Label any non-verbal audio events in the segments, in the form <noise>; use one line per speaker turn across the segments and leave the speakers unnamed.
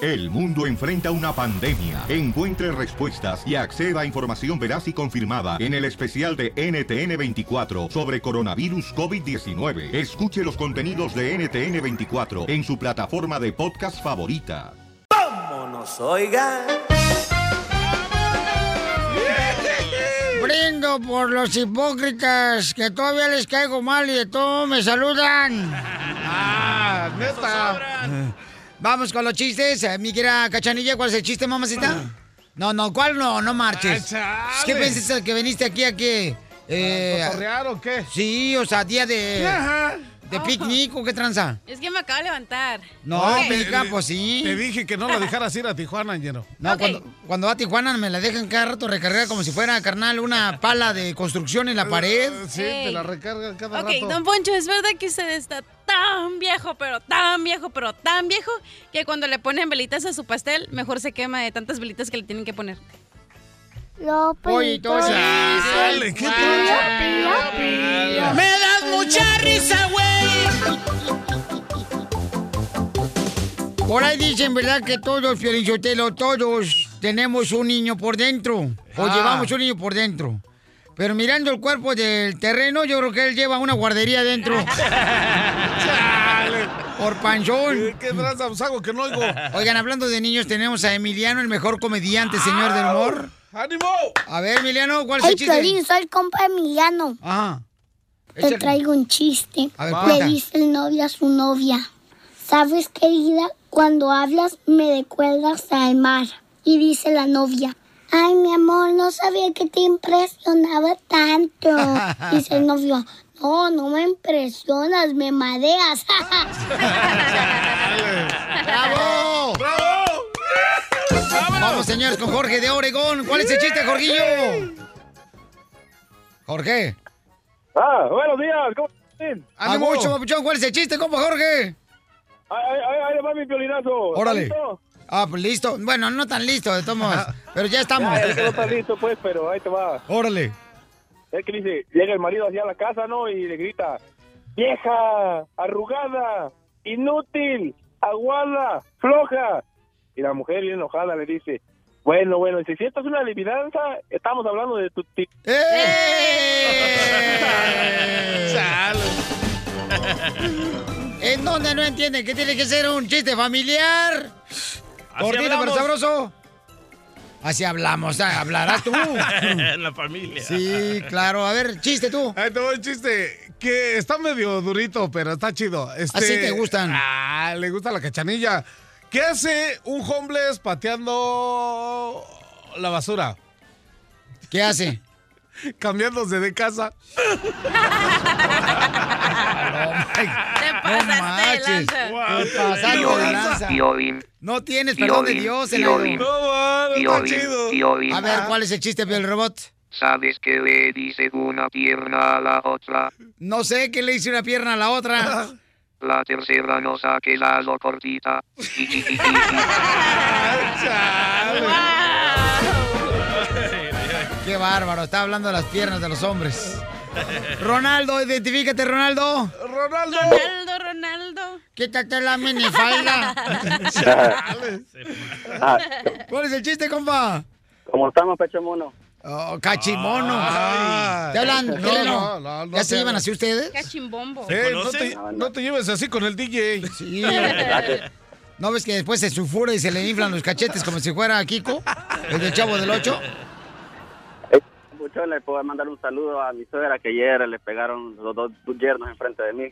El mundo enfrenta una pandemia. Encuentre respuestas y acceda a información veraz y confirmada en el especial de NTN24 sobre coronavirus COVID-19. Escuche los contenidos de NTN24 en su plataforma de podcast favorita.
¡Vámonos, oiga!
Brindo por los hipócritas que todavía les caigo mal y de todo me saludan. Ah, neta. Vamos con los chistes. Eh, Mi querida Cachanilla, ¿cuál es el chiste, mamacita? No, no, ¿cuál no? No marches.
Ah,
¿Qué
chale.
piensas que viniste aquí a qué?
¿A
¿Cotorrear o qué? Sí, o sea, día de.
Ajá.
¿De picnic o qué tranza?
Es que me acabo de levantar.
No,
Ok.
pica, pues sí.
Eh, Te dije que no lo dejaras ir a Tijuana, lleno.
No, cuando, cuando va a Tijuana me la dejan cada rato recargar como si fuera, carnal, una pala de construcción en la pared.
Eh, Sí, te la recarga cada
Ok,
rato.
don Poncho, es verdad que usted está tan viejo, pero tan viejo, pero tan viejo, que cuando le ponen velitas a su pastel, mejor se quema de tantas velitas que le tienen que poner.
pues,
Oye, todo eso.
Chale, ¿qué tal?
Me das mucha risa,
güey.
Por ahí dicen, ¿verdad? Que todos, Pielichotelo, todos tenemos un niño por dentro. O
Ah.
llevamos un niño por dentro. Pero mirando el cuerpo del terreno, yo creo que él lleva una guardería dentro.
<laughs>
Por panchón.
¿Qué tranza? Pues algo que no oigo.
<laughs> Oigan, hablando de niños, tenemos a Emiliano, el mejor comediante, señor del humor.
Ah, ¡Ánimo!
A ver, Emiliano, ¿cuál es el
Ay,
chiste?
Piolín, soy el compa Emiliano.
Ajá.
Te traigo un chiste.
A ver,
Le
cuenta.
dice el novio a su novia. Sabes, querida, cuando hablas me recuerdas al mar. Y dice la novia. Ay, mi amor, no sabía que te impresionaba
<laughs>
tanto. Dice el novio. No, no me impresionas, me mareas. <laughs>
¡Bravo!
¡Bravo!
Vamos, señores, con Jorge de Oregón. ¿Cuál es el chiste, Jorgillo? Jorge.
Ah, buenos días, ¿cómo están?
A mucho, papuchón. ¿Cuál es el chiste, compa Jorge?
Ahí, ahí, ahí, ahí le va mi piolinazo.
Órale.
¿Está listo?
Ah, pues listo. Bueno, no tan listo, de todos modos, Pero ya estamos.
Ya, el que no está listo, pues, pero ahí te va.
Órale.
Es que dice, llega el marido hacia la casa, ¿no? Y le grita, vieja, arrugada, inútil, aguada, floja. Y la mujer bien enojada le dice, bueno, bueno, si esto es una adivinanza, estamos hablando de tu ti-
¡Eh! ¿En dónde no entienden que tiene que ser un chiste familiar? Gordito, pero
hablamos.
sabroso. Así hablamos, ah, hablarás tú.
En <laughs> la familia.
uh. Sí, claro. A ver, chiste tú.
Ahí te va el chiste que está medio durito, pero está chido. Este-
Así te gustan.
Ah, le gusta la cachanilla. ¿Qué hace un homeless pateando la basura?
¿Qué hace?
<laughs> Cambiándose de
<laughs>
casa. <laughs>
Te
No
pasaste de
manches.
lanza.
Te pasaste Ah, de lanza. No tienes perdón de Dios, el
No, está chido.
A ver, ¿cuál es el chiste del robot?
¿Sabes qué le dice una pierna a la otra?
No sé qué le hice una pierna a la otra.
La tercera no saque la lo cortita.
<laughs>
Qué bárbaro, está hablando de las piernas de los hombres. Ronaldo, identifícate, Ronaldo.
Ronaldo.
Ronaldo, Ronaldo.
Quítate la minifalda.
Ah,
¿Cuál es el chiste, compa?
¿Cómo estamos, Pecho Mono?
Oh, cachimono.
Ah.
Ay.
¿Te hablan?
No,
Heleno?
no, no, no
¿Ya se
te
llevan
hablan.
así ustedes?
Cachimbombo.
Eh, no, te, no te lleves así con el DJ.
Sí. <laughs> ¿No ves que después se sulfura y se le inflan los cachetes como si fuera Kiko? El del Chavo del Ocho.
Eh, Mucho le puedo mandar un saludo a mi suegra que ayer le pegaron los dos yernos enfrente de mí.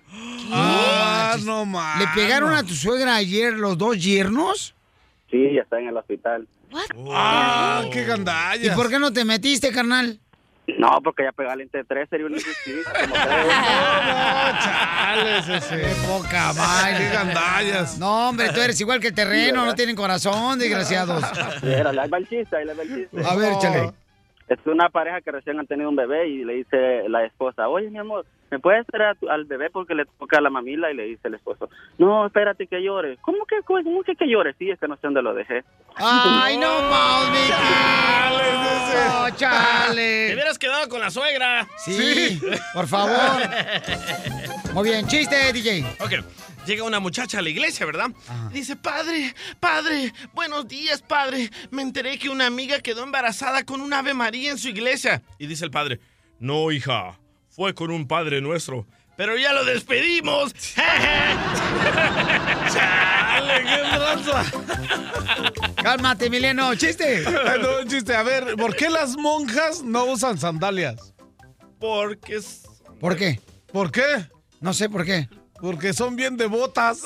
Ah, no más.
¿Le pegaron a tu suegra ayer los dos yernos?
Sí, ya está en el hospital.
Ah, qué
¿Y
gandalla.
por qué no te metiste, carnal?
No, porque ya pegarle entre tres sería
<laughs>
una injusticia. como creo.
Chales ese.
Poca
Qué
madre.
gandallas.
No, hombre, tú eres igual que el terreno, no tienen corazón, desgraciados.
Mira, ahí va el chiste, ahí le va el chiste.
A ver, chale.
Es una pareja que recién han tenido un bebé y le dice la esposa, oye, mi amor, ¿me puedes traer a tu- al bebé porque le toca la mamila? Y le dice el esposo, no, espérate que llore. ¿Cómo que, cómo que, que llore? Sí, es que no sé dónde lo dejé.
Ay, no mames, mi
Chales,
No,
Te
chale.
hubieras quedado con la suegra.
Sí, por favor. Muy bien, chiste, DJ.
Ok. Llega una muchacha a la iglesia, ¿verdad? Dice, padre, padre, buenos días, padre. Me enteré que una amiga quedó embarazada con un Ave María en su iglesia. Y dice el padre, no, hija, fue con un padre nuestro. Pero ya lo
<laughs>
despedimos. ¡Chale, qué tranza!
Cálmate, Mileno, chiste.
<laughs> no, un chiste. A ver, ¿por qué las monjas no usan sandalias?
Porque es...
¿Por qué?
¿Por qué?
No sé por qué.
Porque son bien devotas.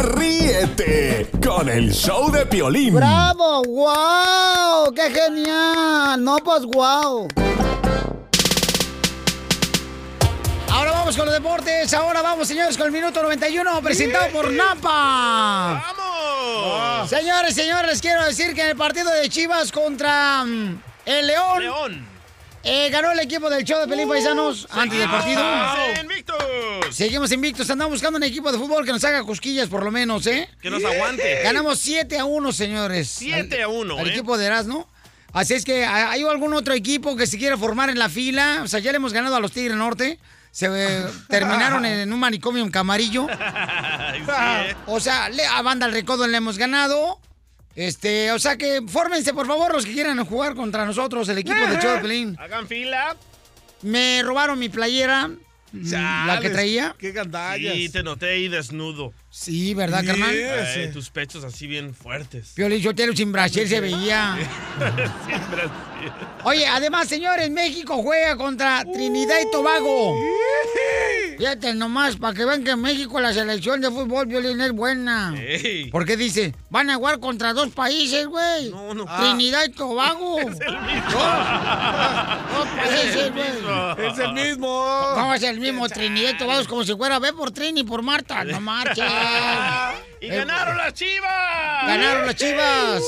Ríete con el show de Piolín.
¡Bravo! ¡Wow! ¡Qué genial! No, pues wow. Ahora vamos con los deportes. Ahora vamos, señores, con el minuto 91 presentado por Napa. ¡Vamos! Señores, señores, quiero decir que en el partido de Chivas contra mm, el León. eh, ganó el equipo del show de Pelín Paisanos antes del partido. Seguimos invictos, andamos buscando un equipo de fútbol que nos haga cosquillas por lo menos, ¿eh?
Que nos aguante.
Ganamos 7 a 1, señores.
7 a 1,
El
¿eh?
equipo de Erasmo. Así es que ¿ha- hay algún otro equipo que se quiera formar en la fila. O sea, ya le hemos ganado a los Tigres Norte. Se
<laughs>
eh, terminaron en un manicomio en Camarillo. O sea, le- a Banda el Recodo le hemos ganado. Este, o sea que fórmense, por favor, los que quieran jugar contra nosotros, el equipo
Eh.
de Choplin.
Hagan fila.
Me robaron mi playera, mm, la que
Chales,
traía.
Qué gandallas.
Sí, te noté ahí desnudo.
Sí, ¿verdad, carnal?
Eh, tus pechos así
<laughs>
bien fuertes.
Piolín Sotelo sin brasier se veía.
Siempre así.
Oye, además, señores, México juega contra Trinidad y Tobago. Fíjate nomás, para que vean que en México la selección de fútbol violín es buena.
eh.
Ey.
Porque dice, van a jugar contra dos países, güey.
Ah.
Trinidad y
<laughs>
Tobago. países, pues güey.
Es el mismo.
¿Cómo es el mismo Trinidad y Tobago? Es como si fuera B por Trini y por Marta. No marches.
¡Y
Eh,
ganaron las chivas! Uh,
Ganaron las chivas.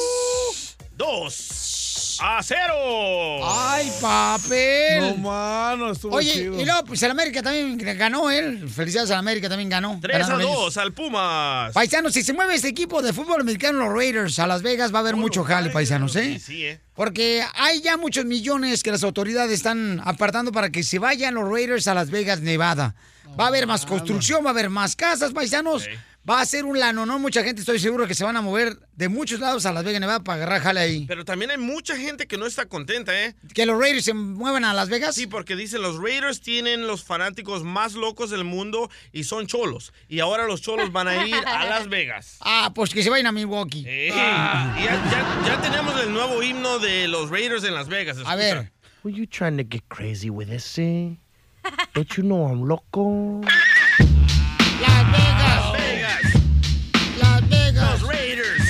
¡Dos a cero!
¡Ay, papel!
No, mano, estuvo
Oye,
chido.
y luego, pues el América también ganó él. Felicidades al América, también ganó.
Tres a
Ganaron ellos.
dos al Pumas.
Paisanos, si se mueve este equipo de fútbol mexicano, los Raiders, a Las Vegas, va a haber mucho jale, paisanos, ¿eh?
Sí, eh.
Porque hay ya muchos millones que las autoridades están apartando para que se vayan los Raiders a Las Vegas, Nevada. Va a haber más construcción, va a haber más casas, paisanos. Va a ser un lano, ¿no? Mucha gente, estoy seguro que se van a mover de muchos lados a Las Vegas, Nevada, para agarrar jale ahí.
Pero también hay mucha gente que no está contenta, ¿eh?
¿Que los Raiders se muevan a Las Vegas?
Sí, porque dicen los Raiders tienen los fanáticos más locos del mundo y son cholos. Y ahora los cholos van a ir a Las Vegas.
<laughs>
Eh.
Ah, pues que se vayan a Milwaukee.
Ey, y ya, ya- ya tenemos el nuevo himno de los Raiders en Las Vegas. escucha.
Were you trying to get crazy with this, eh? Don't you know I'm loco?
Las Vegas. Las Vegas. Los
Raiders.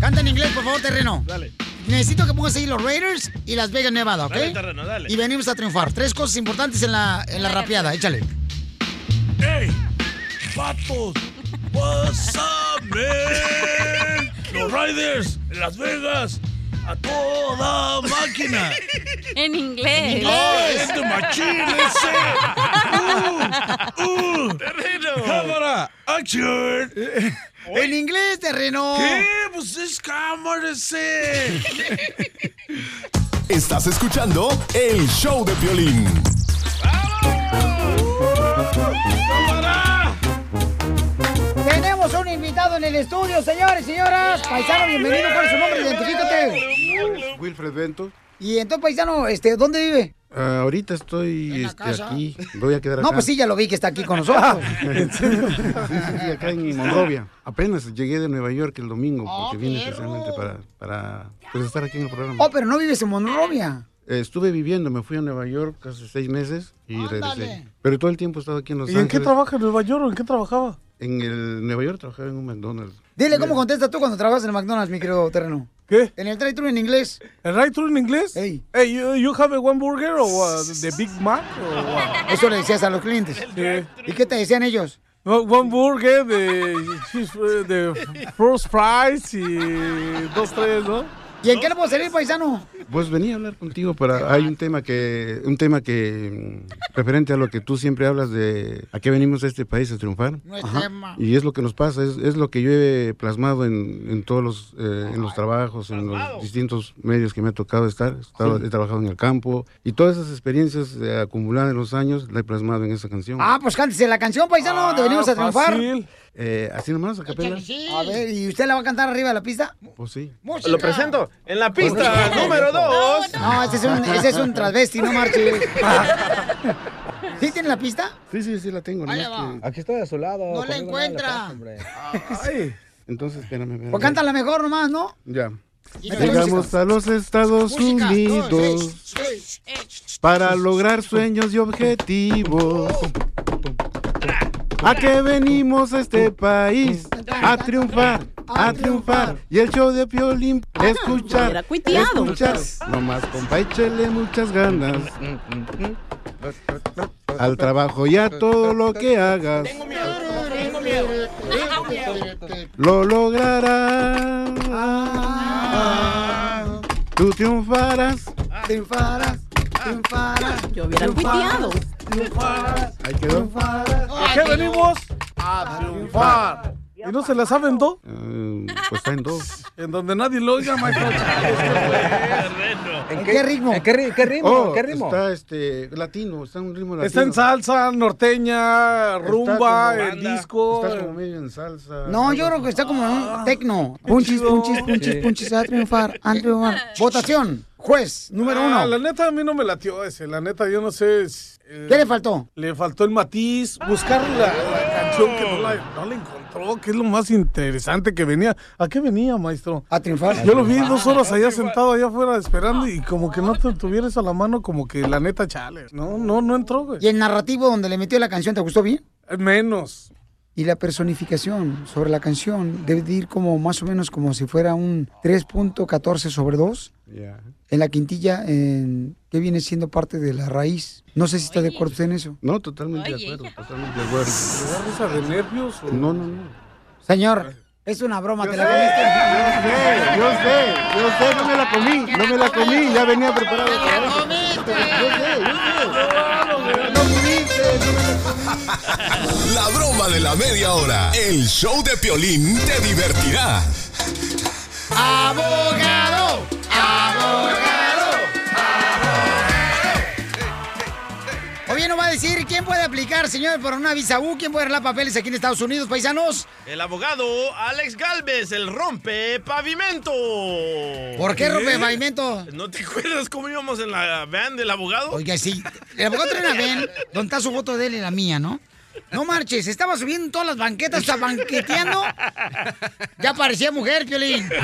Canta en inglés, por favor, terreno.
Dale.
Necesito que pongas ahí los Raiders y Las Vegas, Nevada, ¿ok?
Dale, terreno, dale.
Y venimos a triunfar. Tres cosas importantes en la, en la rapeada, échale.
Hey, vatos, what's up, man? Los Riders, en Las Vegas, a toda máquina.
<laughs> En inglés.
En inglés. Oh, es de machín ese. Uh, uh. Cámara, acción.
En inglés, terreno.
¿Qué? Pues es cámara ese.
Estás escuchando el show de Piolín.
Tenemos un invitado en el estudio, señores,
¡Eh!
señoras. Paisano, bienvenido. ¿Cuál es su nombre? Identifícate.
Wilfred Bento.
Y entonces, paisano, este, ¿dónde vive?
Ah, ahorita estoy este,
casa.
aquí. Voy a quedar acá.
No, pues sí, ya lo vi que está aquí con nosotros.
¿En serio? Sí, sí, acá <laughs> en Monrovia. Apenas llegué de Nueva York el domingo
Oh,
porque vine especialmente para, para pues, estar aquí en el programa.
Oh, pero no vives en Monrovia.
Eh, estuve viviendo, me fui a Nueva York hace seis meses y regresé. Pero todo el tiempo he estado aquí en Los
¿Y
Ángeles.
en qué trabaja en Nueva York? o ¿En qué trabajaba?
En el Nueva York trabajaba en un McDonald's.
Dile cómo contestas tú cuando trabajas en el McDonald's, mi querido terreno. ¿Qué? En el drive-thru en inglés.
¿El drive-thru en inglés?
Hey.
Hey, you, you have a one burger o uh, the Big Mac? or what?
Eso le decías a los clientes. ¿Y qué te decían ellos?
No, one burger, eh, de, cheese- de first fries y dos, tres, ¿no?
¿Y en qué le puedo salir, paisano?
Pues venía a hablar contigo para hay un tema que un tema que mm, referente a lo que tú siempre hablas de a qué venimos a este país a triunfar.
No es tema.
Y es lo que nos pasa, es, es lo que yo he plasmado en, en todos los eh, en los trabajos, en los distintos medios que me ha tocado estar. He, estado-
Sí.
he trabajado en el campo y todas esas experiencias eh, acumuladas en los años la he plasmado en esa canción.
Ah, pues cántese la canción, paisano,
Ah,
te venimos a triunfar.
Eh, así nomás a capela.
A ver, ¿y usted la va a cantar arriba de la pista?
Pues sí.
Música.
Lo presento.
En la
Pues
pista
no.
número dos.
No, ese es un, ese es un travesti,
<laughs>
no marches. ¿Sí tiene la pista?
Sí, sí, sí la tengo.
Ahí
nomás
va.
que- Aquí estoy a su lado.
No la
conmigo nada le
encuentra.
pasa, hombre. Entonces, espérame, espérame.
Pues cántala mejor nomás, ¿no?
Ya.
Y la
Llegamos a los Estados
Música, dos,
Unidos
tres,
para lograr sueños y objetivos. ¿A qué venimos a este país? A triunfar, a triunfar. Y el show de Piolín, escuchar,
cuiteado.
escuchar. Nomás, compa, échele muchas ganas. Al trabajo y a todo lo que hagas,
Tengo miedo. Tengo miedo.
lo lograrás. Tú triunfarás.
Ah. Triunfarás, triunfarás. Yo
hubiera
triunfarás,
cuiteado.
Triunfarás,
Ahí quedó.
triunfarás.
¿A qué venimos?
A
triunfar. ¿Y no se la saben, Do?
Pues está en
<laughs>
dos.
En donde nadie lo oiga, Michael.
¿En
qué- qué ritmo? en qué ri- qué ritmo?
Oh,
¿Qué ritmo?
Está este, latino, está en un ritmo latino.
Está en salsa,
Está
norteña, rumba,
como
en
banda,
disco.
Está como medio en salsa.
No, yo creo que está como en
Ah,
un tecno. Punchis, punchis, punchis,
Sí.
punchis, a triunfar,
<laughs>
a triunfar. Votación, juez, número
Ah,
uno.
La neta a mí no me latió ese. La neta yo no sé. si- eh,
¿Qué le faltó?
Le faltó el matiz, buscar la, la canción que no la, no la encontró, que es lo más interesante que venía. ¿A qué venía, maestro?
A triunfar.
Yo lo vi dos horas allá sentado allá afuera esperando y como que no te tuvieras a la mano, como que la neta chale. No, no, no entró, güey. Eh,
¿Y el narrativo donde le metió la canción te gustó bien?
Menos.
Y la personificación sobre la canción debe de ir como más o menos como si fuera un 3.14 sobre 2
Ya.
en la quintilla en- que viene siendo parte de la raíz. No sé si está de acuerdo usted en eso.
No, totalmente de acuerdo, totalmente
Pues,
de acuerdo.
risa de nervios? o-
No, no, no.
Señor, es una broma, te la
comiste. Yo sé, yo sé, no me la comí, no me la comí, ya venía preparado. para eso.
La broma de la media hora. El show de Piolín te divertirá.
¡Abogado! ¡Abogado! Oye, no va a decir quién puede aplicar, señor, por una visa U, quién puede arreglar papeles aquí en Estados Unidos, paisanos.
El abogado Alex Galvez, el rompe pavimento.
¿Por qué
¿Eh?
rompe pavimento?
¿No te acuerdas cómo íbamos en la van del abogado?
Oiga, sí. El abogado trae una ven, donde está su voto de él y la mía, ¿no? No marches, estaba subiendo todas las banquetas, está banqueteando. Ya parecía mujer, Piolín.
Pero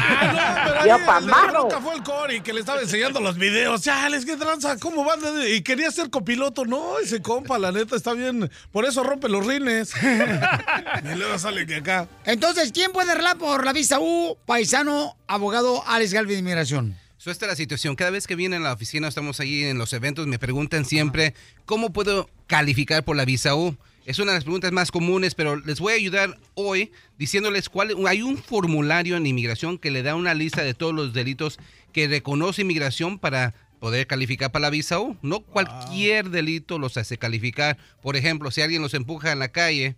ahí el de la bronca fue el Cory que le estaba enseñando los videos. Chales, qué tranza, ¿cómo van? Y quería ser copiloto. No, ese compa, la neta, está bien. Por eso rompe los rines. y luego sale que acá.
Entonces, ¿quién puede arreglar por la visa U, paisano, abogado Alex Galvez de Inmigración?
So, esta es la situación. Cada vez que vienen a la oficina, estamos ahí en los eventos, me preguntan siempre, ¿cómo puedo calificar por la visa U? Es una de las preguntas más comunes, pero les voy a ayudar hoy diciéndoles cuál. Hay un formulario en inmigración que le da una lista de todos los delitos que reconoce inmigración para poder calificar para la visa U. No cualquier delito los hace calificar. Por ejemplo, si alguien los empuja en la calle,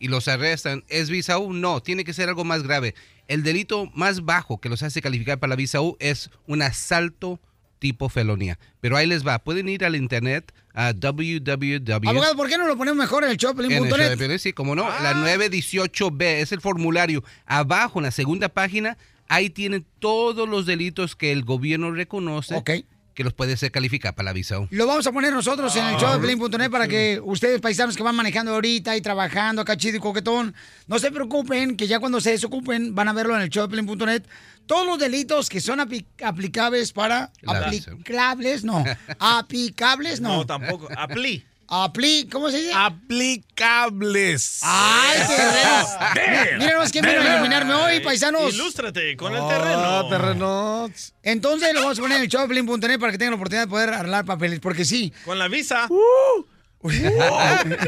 y los arrestan, ¿es visa U? No, tiene que ser algo más grave. El delito más bajo que los hace calificar para la visa U es un asalto tipo felonía. Pero ahí les va, pueden ir al internet a www.
Abogado, ¿por qué no lo ponemos mejor en el show, Ah.
En el show de
Piolín.net?
Piolín, sí, como no, la 918B es el formulario. Abajo, en la segunda página, ahí tienen todos los delitos que el gobierno reconoce que los puede hacer calificar para la visa U.
Lo vamos a poner nosotros en el show de Piolín.net para que ustedes, paisanos que van manejando ahorita y trabajando acá chido y coquetón, no se preocupen que ya cuando se desocupen van a verlo en el show de Piolín.net. Todos los delitos que son api- aplicables para...
La
Aplicables, no. Aplicables, no.
No, tampoco. Apli.
Apli, ¿cómo se dice?
Aplicables.
¡Ay, terrenos!
Damn.
Mira nomás quién vino a
Damn.
iluminarme hoy, paisanos. Oh,
Ilústrate con el
Ah,
terreno.
terreno.
Entonces lo vamos a poner en el show de Piolín.net para que tengan la oportunidad de poder arreglar papeles, porque sí.
Con la visa.
<laughs>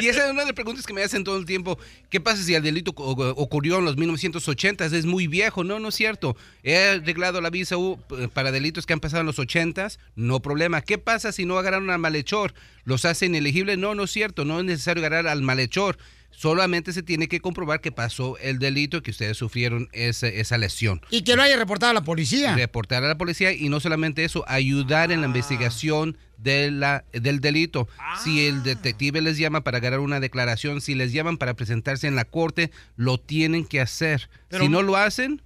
Y esa es una de las preguntas que me hacen todo el tiempo. ¿Qué pasa si el delito o- ocurrió en los 1980s? Es muy viejo. No, no es cierto. He arreglado la visa U eh, para delitos que han pasado en los 80s. No problema. ¿Qué pasa si no agarraron al malhechor? ¿Los hacen elegibles? No, no es cierto. No es necesario agarrar al malhechor. Solamente se tiene que comprobar que pasó el delito, que ustedes sufrieron esa, esa lesión.
Y que lo haya reportado a la policía.
Reportar a la policía y no solamente eso, ayudar
Ah.
en la investigación de la, del delito. Si
Ah.
el detective les llama para agarrar una declaración, si les llaman para presentarse en la corte, lo tienen que hacer.
Pero
si
mu-
no lo hacen,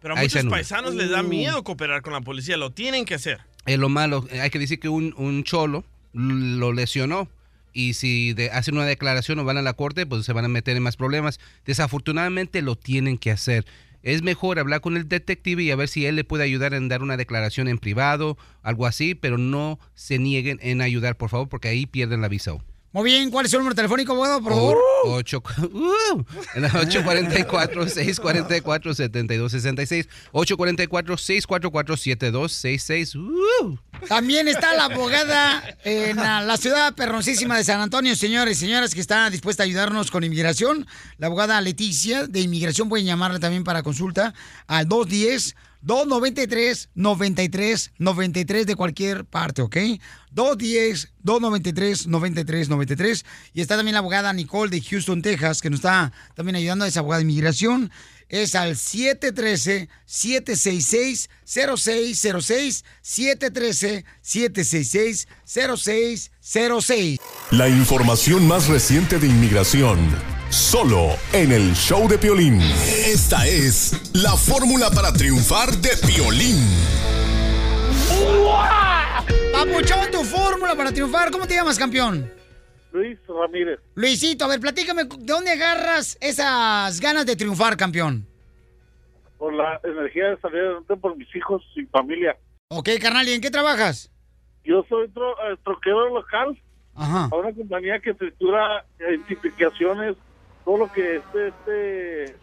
Pero a
ahí
muchos
se anula.
paisanos les
Uh.
da miedo cooperar con la policía, lo tienen que hacer.
Es eh, lo malo. Hay que decir que un, un cholo lo lesionó. Y si de- hacen una declaración o van a la corte, pues se van a meter en más problemas. Desafortunadamente lo tienen que hacer. Es mejor hablar con el detective y a ver si él le puede ayudar en dar una declaración en privado, algo así, pero no se nieguen en ayudar, por favor, porque ahí pierden la visa.
Muy bien, ¿cuál es el número telefónico, abogado, por favor?
Ocho- <laughs> uh,
<laughs>
en la 844-644-7266. 844-644-7266. Uh.
También está la abogada en ah, la ciudad perroncísima de San Antonio, señores y señoras, que está dispuesta a ayudarnos con inmigración. La abogada Leticia de Inmigración pueden llamarle también para consulta al 210 293 93 93 de cualquier parte, ¿ok? 210 293 93 93 y está también la abogada Nicole de Houston, Texas, que nos está también ayudando, es abogada de inmigración. Es al 713-766-0606, 713-766-0606.
La información más reciente de inmigración. Solo en el show de Piolín. Esta es la fórmula para triunfar de Piolín.
Papuchón, tu fórmula para triunfar. ¿Cómo te llamas, campeón?
Luis Ramírez.
Luisito, a ver, platícame, ¿de dónde agarras esas ganas de triunfar, campeón?
Por la energía de salir adelante por mis hijos y familia.
Ok, carnal, ¿y en qué trabajas?
Yo soy tro- eh, troquero local.
Ajá.
A una compañía que tritura identificaciones, todo lo que es este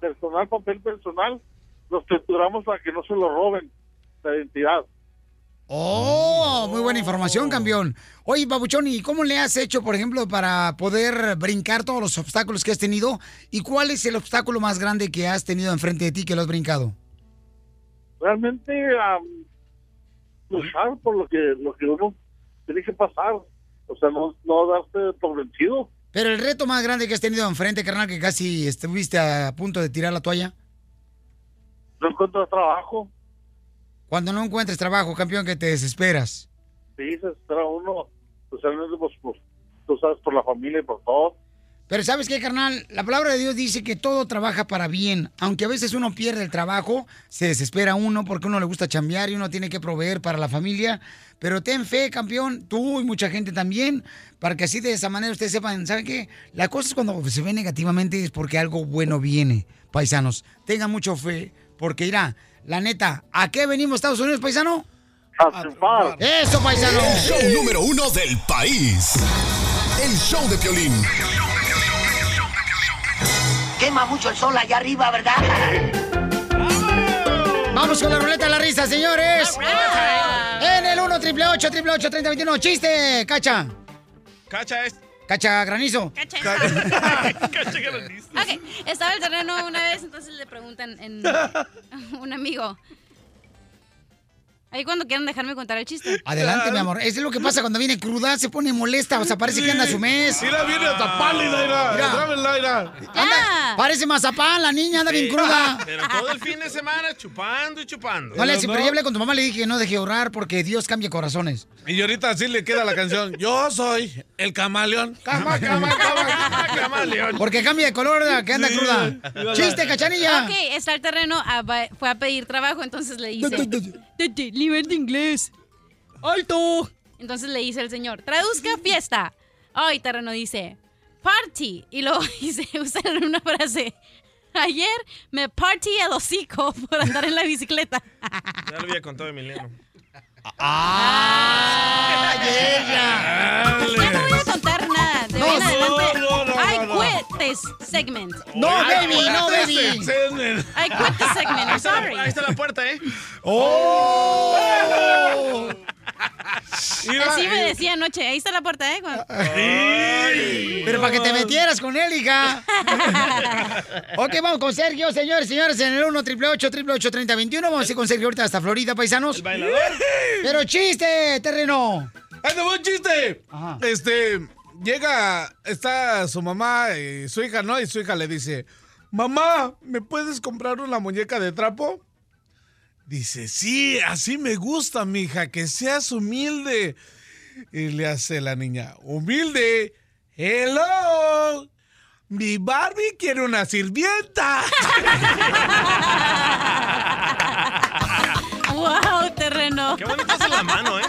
personal, papel personal, los trituramos para que no se lo roben la identidad.
Oh, muy buena información, campeón. Oye, Papuchón, ¿y cómo le has hecho, por ejemplo, para poder brincar todos los obstáculos que has tenido? ¿Y cuál es el obstáculo más grande que has tenido enfrente de ti que lo has brincado?
Realmente am, luchar por lo que lo que uno tiene que pasar, o sea, no, no darse por vencido.
Pero el reto más grande que has tenido enfrente, carnal, que casi estuviste a punto de tirar la toalla.
No encuentro trabajo,
Cuando no encuentres trabajo, campeón, que te desesperas.
sí, se espera uno, o sea, no es de- pues, pues, tú sabes, por la familia y por todo.
Pero ¿sabes qué, carnal? La palabra de Dios dice que todo trabaja para bien. Aunque a veces uno pierde el trabajo, se desespera uno porque uno le gusta chambear y uno tiene que proveer para la familia. Pero ten fe, campeón, tú y mucha gente también, para que así de esa manera ustedes sepan, ¿saben qué? La cosa es cuando se ve negativamente es porque algo bueno viene, paisanos. Tengan mucho fe, porque irá. La neta, ¿a qué venimos Estados Unidos, paisano?
A triunfar.
Eso, paisano.
El show número uno del país. El show de Piolín.
Quema mucho el sol allá arriba, ¿verdad?
Vamos con la ruleta de la risa, señores. En el 1 triple 8 triple 8 30 21. Chiste, cacha.
Cacha es.
Cacha granizo.
Ok, estaba el terreno una vez, entonces le preguntan
<laughs>
en- a un amigo. Ahí cuando quieran dejarme contar el chiste.
Adelante, mi amor. Eso es lo que pasa cuando viene cruda, se pone molesta, o sea, parece que anda a su mes.
Mira, viene hasta pálida, mira. Grábenla,
Anda, Ah. parece mazapán, la niña anda bien
<laughs>
cruda.
<laughs> Pero todo el fin de semana chupando y chupando.
No le hace, pero yo hablé con tu mamá, le dije que no deje orar porque Dios cambia corazones.
Y ahorita así le queda la canción. Yo soy el camaleón. Cama, cama, cama, camaleón.
Porque cambia de color, que anda
Sí.
cruda. Chiste, cachanilla.
Ok, está el terreno, ah, va- fue a pedir trabajo, entonces le dice... "Tete, Nivel de inglés. ¡Alto! Entonces le dice el señor, traduzca fiesta. Ay, terreno dice, party. Y luego <laughs> dice, usaron una frase. Ayer me partí el hocico por andar en la bicicleta.
Ya lo había contado Emiliano.
¡Ay, Ah. Pues Ya no voy a contar nada. De
No,
hoy en
no,
adelante,
no, no,
I
no,
quit this segment.
No, baby, no, baby.
I quit this segment, I'm sorry.
Ahí está la puerta, ¿eh?
¡Oh!
Mira,
Así me
eh.
decía anoche. Ahí está la puerta, ¿eh? Cuando-
Pero para que te metieras con él, hija. ok, vamos con Sergio, señores, señores, en el 1 888 888 3021 Vamos a ir con Sergio ahorita hasta Florida, paisanos. Pero chiste, terreno.
¡Ay, no, buen chiste! Este, llega, está su mamá y su hija, ¿no? Y su hija le dice, mamá, ¿me puedes comprar una muñeca de trapo? Dice, sí, así me gusta, mija, que seas humilde. Y le hace la niña, humilde, hello, mi Barbie quiere una sirvienta.
<laughs>
¡Wow, terreno! ¡Qué
bonito es la mano, eh!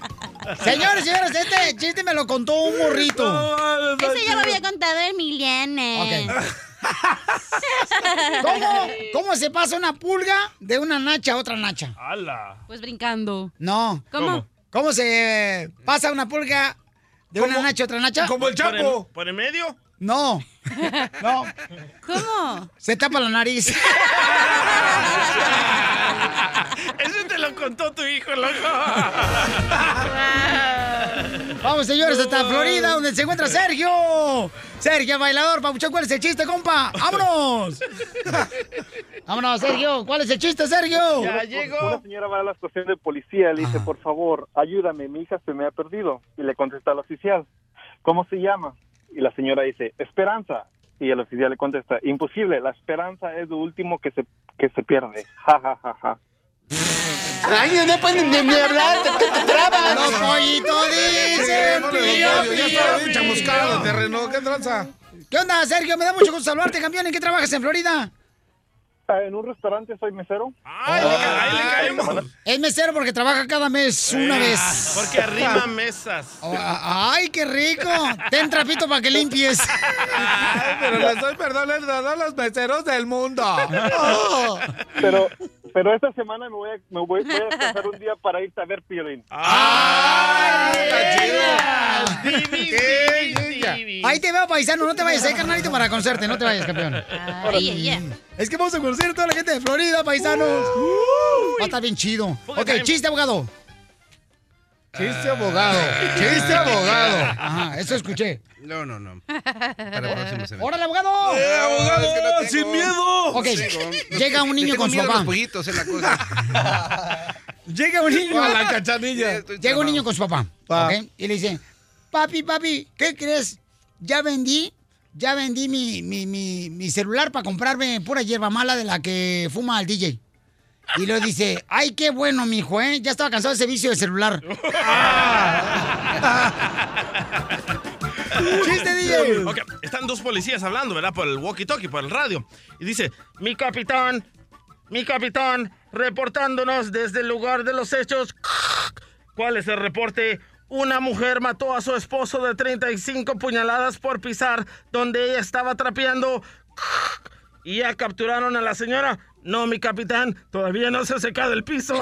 <laughs> Señores, señores, este chiste me lo contó un morrito.
<laughs> Ese ya lo había contado Emiliana.
<laughs> ¿Cómo, ¿Cómo se pasa una pulga de una nacha a otra nacha?
¡Hala!
Pues brincando.
No.
¿Cómo?
¿Cómo se pasa una pulga de una nacha a otra nacha?
¿Por en, por en medio?
<laughs>
No. No.
¿Cómo?
Se tapa la nariz.
Eso te lo contó tu hijo, loco.
Vamos, señores, hasta Florida, donde se encuentra Sergio. Sergio, bailador, papuchón, ¿cuál es el chiste, compa?
<laughs>
¡Vámonos! Vámonos, Sergio. ¿Cuál es el chiste, Sergio?
Una- Una señora va a la estación de policía, le dice, por favor, ayúdame, mi hija se me ha perdido. Y le contesta al oficial, ¿cómo se llama? Y la señora dice, Esperanza. Y el oficial le contesta, imposible, la esperanza es lo último que se, que se pierde. Ja, ja, ja, ja.
Ay, no pueden ni, hablar, te, trabas.
Los pollitos dicen, pío,
Ya
pío,
estaba bien
pío.
chamuscado, terreno, ¿qué tranza?
¿Qué onda, Sergio? Me da mucho gusto saludarte, campeón. ¿En qué trabajas en Florida?
Ah, En un restaurante soy mesero.
Es mesero porque trabaja cada mes una
Eh,
vez.
Porque arrima mesas.
Oh, a- ¡Ay, qué rico! Ten trapito para que limpies.
Pero le estoy perdonando a todos los meseros del mundo.
Pero, pero esta semana me voy a, me voy, voy a descansar un día para irte a ver Piolín.
Ahí te veo, paisano. No te vayas, eh, carnalito, para conocerte. No te vayas, campeón.
Ay, ay, ay.
Es que vamos a conocer a toda la gente de Florida, paisanos. Uh, Va a estar bien chido. Ok, chiste, abogado. Chiste, abogado. Chiste, abogado. Ajá, eso escuché.
Ah, No, no, no. Para el próximo segmento.
¡Órale, abogado!
Eh, abogado, Es que no tengo. sin miedo.
Ok,
Tengo.
llega un niño
Le tengo
con su
miedo a los
papá.
pollitos, es
<laughs>
la cosa.
Llega un niño.
A la cachanilla. Sí, estoy
Llega un
tramado.
niño con su papá. ¿ok? Y le dice, papi, papi, ¿qué crees? Ya vendí, ya vendí mi, mi, mi, mi celular para comprarme pura hierba mala de la que fuma el DJ. Y luego dice, ay, qué bueno, mijo, ¿eh? Ya estaba cansado de ese vicio de
<laughs>
celular.
<laughs>
¡Chiste, DJ!
Ok, están dos policías hablando, ¿verdad? Por el walkie-talkie, por el radio. Y dice, mi capitán, mi capitán, reportándonos desde el lugar de los hechos. <laughs> ¿Cuál es el reporte? Una mujer mató a su esposo de 35 puñaladas por pisar donde ella estaba trapeando. <laughs> ¿Y ya capturaron a la señora? No, mi capitán, todavía no se ha secado el piso.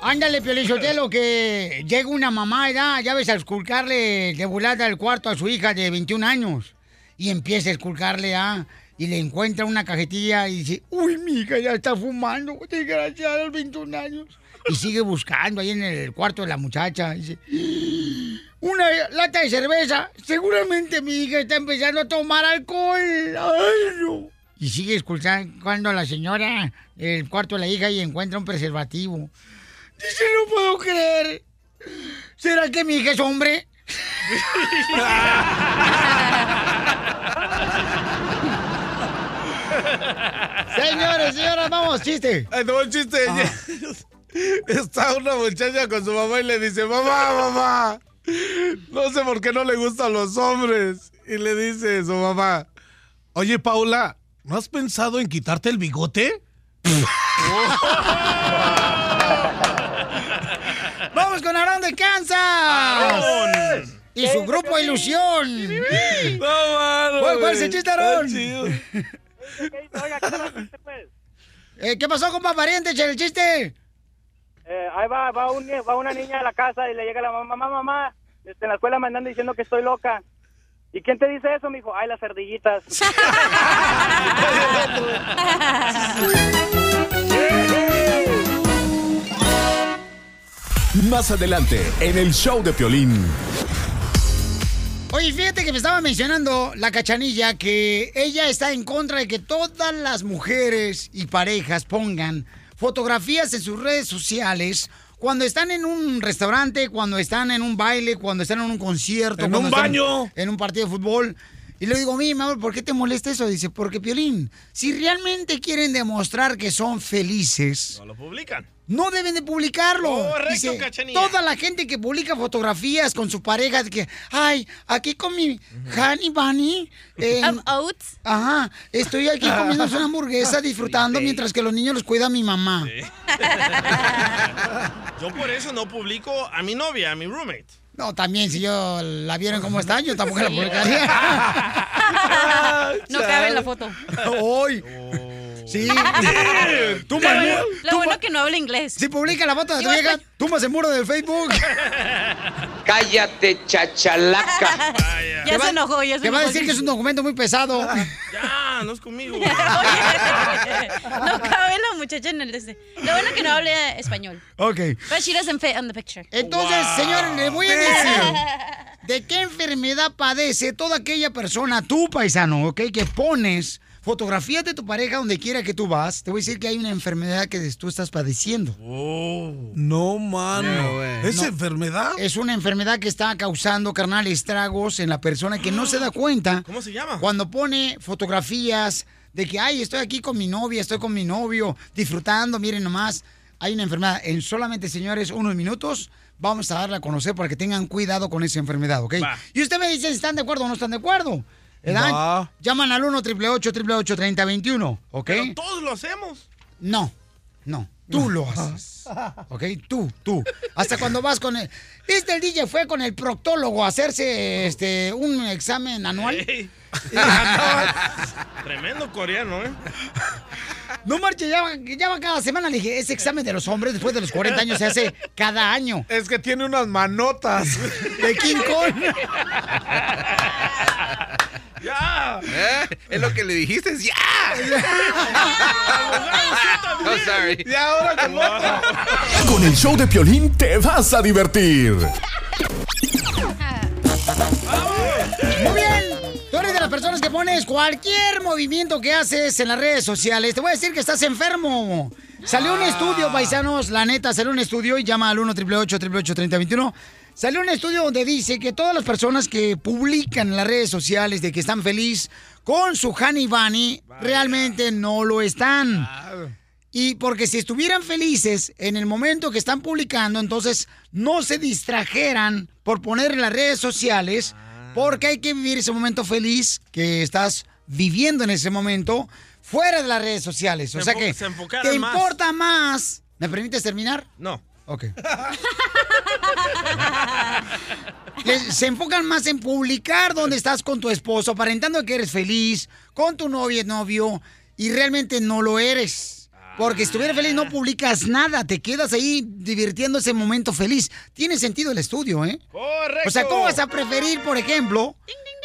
Ándale, Piolichotelo, que llega una mamá, ¿verdad? ya ves, a esculcarle de volada al cuarto a su hija de 21 años. Y empieza a esculcarle, ¿ah? Y le encuentra una cajetilla y dice, uy, mi hija ya está fumando, desgraciada, a los 21 años. Y sigue buscando ahí en el cuarto de la muchacha. y dice, una lata de cerveza, seguramente mi hija está empezando a tomar alcohol. ¡Ay, no! Y sigue esculcando a la señora el cuarto de la hija y encuentra un preservativo. Dice, no puedo creer. ¿Será que mi hija es hombre? Señores, señoras, vamos, chiste. Ah.
Ay, no, un chiste. Está una muchacha con su mamá y le dice, mamá, mamá, no sé por qué no le gustan los hombres. Y le dice su mamá, oye, Paula, ¿no has pensado en quitarte el bigote?
¡Vamos con Aarón de Kansas! Y su grupo Ilusión. ¿Cuál, cuál es el chiste, Aarón? Eh, ¿Qué pasó, compa pariente? Echa el chiste.
Eh, ahí va, va, un, ni- va una niña a la casa y le llega la mamá, mamá, mamá, este, en la escuela me andan diciendo que estoy loca.
¿Y quién te dice eso, mijo? Ay, las <laughs> cerdillitas.
Más adelante, en el show de Piolín.
Oye, fíjate que me estaba mencionando la cachanilla que ella está en contra de que todas las mujeres y parejas pongan fotografías en sus redes sociales cuando están en un restaurante, cuando están en un baile, cuando están en un concierto.
En
cuando
un
están
baño.
En un partido de fútbol. Y le digo, mi amor, ¿por qué te molesta eso? Dice, porque Piolín, si realmente quieren demostrar que son felices,
Lo publican.
no deben de publicarlo.
Correcto,
Dice,
Cachanilla.
toda la gente que publica fotografías con su pareja, de que, ay, aquí con mi honey bunny.
Of
oats. Ajá, estoy aquí comiendo una hamburguesa, disfrutando mientras que los niños los cuida mi mamá.
Yo por eso no publico a mi novia, a mi roommate.
No, también, si yo la vieron como está, yo tampoco la publicaría. Ah,
<laughs> No cabe en la foto.
Hoy.
Oh.
<laughs>
Sí. Tú,
Lo
Manu-
bueno, lo bueno que no habla inglés.
Si publica la foto de tu
Yo
vieja, tumbas el muro del Facebook.
<laughs> Cállate, chachalaca.
<laughs> Ya se enojó, ya se
Te va a
enojó.
decir que es un documento muy pesado.
Ya, Ah, no
<laughs>
es conmigo.
No cabe la muchacha en el este. Lo bueno que no habla español.
ok.
But she doesn't fit on the picture.
Entonces, señores, le
<laughs>
voy a decir de qué enfermedad padece toda aquella persona, tú, paisano, ¿ok? Que pones fotografías de tu pareja donde quiera que tú vas. Te voy a decir que hay una enfermedad que tú estás padeciendo.
No, mano. ¿Es
enfermedad? Es una enfermedad que está causando, carnal, estragos en la persona que no se da cuenta.
¿Cómo se llama?
Cuando pone fotografías de que, ay, estoy aquí con mi novia, estoy con mi novio, disfrutando, miren nomás. Hay una enfermedad. En solamente, señores, unos minutos vamos a darla a conocer para que tengan cuidado con esa enfermedad, ¿ok?
Va.
Y usted me dice si están de acuerdo o no están de acuerdo. ¿Verdad?
Va.
Llaman al 1 888 3021 ¿ok?
Pero todos
<laughs>
lo hacemos.
No, no. Tú lo haces. ¿Ok? Tú, tú. Hasta cuando vas con el. Este el DJ fue con el proctólogo a hacerse este un examen anual.
Tremendo coreano, ¿eh?
No marche, ya, va- ya va cada semana. Le dije, ese examen de los hombres después de los 40 años se hace cada año.
Es que tiene unas manotas.
De King
<laughs>
Kong.
¡Ya!
¿Eh? Es lo que le dijiste, es ya. No, sorry.
Y ahora con otro.
Con el show de Piolín te vas a divertir.
Muy bien. Tú eres de las personas que pones cualquier movimiento que haces en las redes sociales. Te voy a decir que estás enfermo. Salió un estudio, paisanos, la neta, salió un estudio y llama al 1 888 3021 Salió un estudio donde dice que todas las personas que publican en las redes sociales de que están feliz con su honey bunny realmente no lo están. Y porque si estuvieran felices en el momento que están publicando, entonces no se distrajeran por poner en las redes sociales,
Ah.
porque hay que vivir ese momento feliz que estás viviendo en ese momento fuera de las redes sociales. O
Se
sea
enfo-
que
se enfocaran
te
más.
importa más. ¿Me permites terminar?
No.
Ok. Les- se enfocan más en publicar dónde estás con tu esposo, aparentando que eres feliz, con tu novia, novio, y realmente no lo eres. Porque si estuviera feliz no publicas nada, te quedas ahí divirtiendo ese momento feliz. Tiene sentido el estudio, ¿eh?
Correcto.
O sea, ¿cómo vas a preferir, por ejemplo,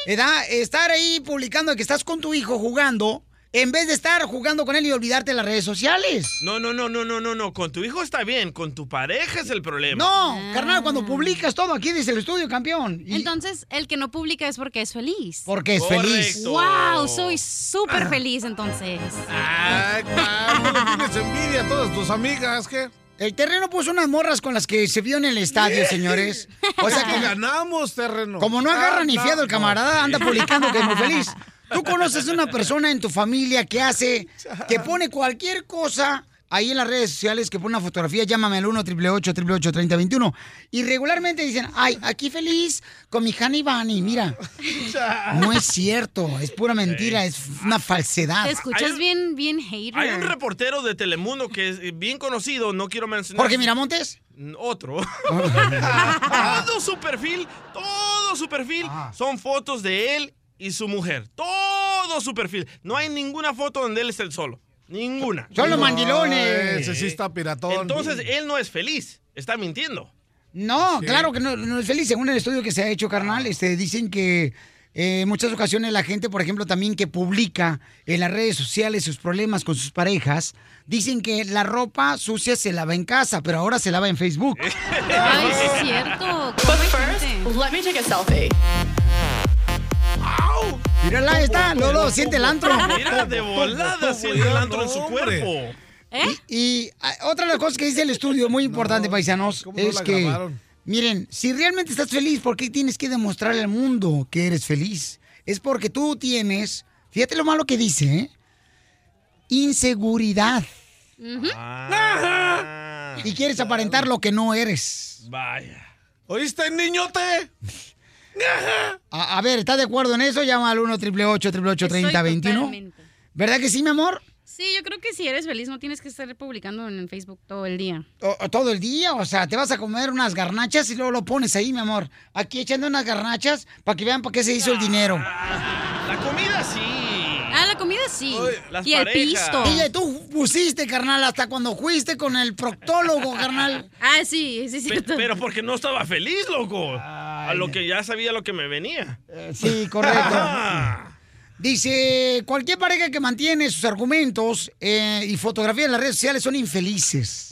edad, estar ahí publicando que estás con tu hijo jugando, en vez de estar jugando con él y olvidarte de las redes sociales?
No, no, no, no, no, no, no. Con tu hijo está bien, con tu pareja es el problema.
No, carnal, cuando publicas todo, aquí dice el estudio, campeón. Y-
Entonces, el que no publica es porque es feliz.
Porque es feliz.
¡Wow! Soy súper feliz entonces.
Ah,
Ay, claro, Ah, tienes envidia a todas tus amigas, ¿qué?
El terreno puso unas morras con las que se vio en el estadio,
<laughs>
señores. O sea que
ganamos terreno.
Como no
Ah,
agarra ni fiado el camarada, anda publicando que es
<laughs>
muy
no
feliz. Tú conoces una persona en tu familia que hace, que pone cualquier cosa ahí en las redes sociales, que pone una fotografía, llámame al 1 888 3021 Y regularmente dicen, ay, aquí feliz con mi Honey Bunny,
<laughs>
mira. No es cierto, es pura mentira, es una falsedad.
Te escuchas bien, bien hater.
Hay un reportero de Telemundo que es eh, bien conocido, no quiero mencionar.
Jorge Miramontes.
Mm, Otro. todo su perfil, todo su perfil
Ah.
son fotos de él y su mujer. Todo su perfil. No hay ninguna foto donde él es el solo. Ninguna.
Son los mandilones.
Ese sí está piratón. Entonces él no es feliz. Está mintiendo.
No, claro que no, no es feliz. Según el estudio que se ha hecho, carnal, este, dicen que eh, en muchas ocasiones la gente, por ejemplo, también que publica en las redes sociales sus problemas con sus parejas, dicen que la ropa sucia se lava en casa, pero ahora se lava en
<laughs>
Facebook.
Ay, es cierto.
But first, let me take a selfie.
Mírala, ahí está, Lolo, siente el antro.
Mira, de volada siente el antro en su cuerpo.
Y, y, ah, otra de las cosas que dice el estudio, muy importante, paisanos,
¿cómo no
es
la
que,
grabaron?
miren, si realmente estás feliz, ¿por qué tienes que demostrarle al mundo que eres feliz? Es porque tú tienes, fíjate lo malo que dice, ¿eh? inseguridad. Y quieres aparentar lo que no eres.
Vaya.
¿Oíste, niñote? A, a ver, ¿estás de acuerdo en eso? Llama al 1 888 3021
Totalmente.
¿Verdad que sí, mi amor?
Sí, yo creo que si eres feliz no tienes que estar publicando en Facebook todo el día.
O- o todo el día, o sea, te vas a comer unas garnachas y luego lo pones ahí, mi amor. Aquí echando unas garnachas para que vean para qué se hizo el dinero.
La comida sí.
Ah, la comida sí.
las
y el
parejas.
pisto.
Oye, tú pusiste, carnal, hasta cuando fuiste con el proctólogo, carnal.
Ah, sí, sí, sí.
Pe- pero porque no estaba feliz, loco. a lo que ya sabía lo que me venía.
<laughs>
Sí, correcto. Dice, cualquier pareja que mantiene sus argumentos eh, y fotografías en las redes sociales son infelices.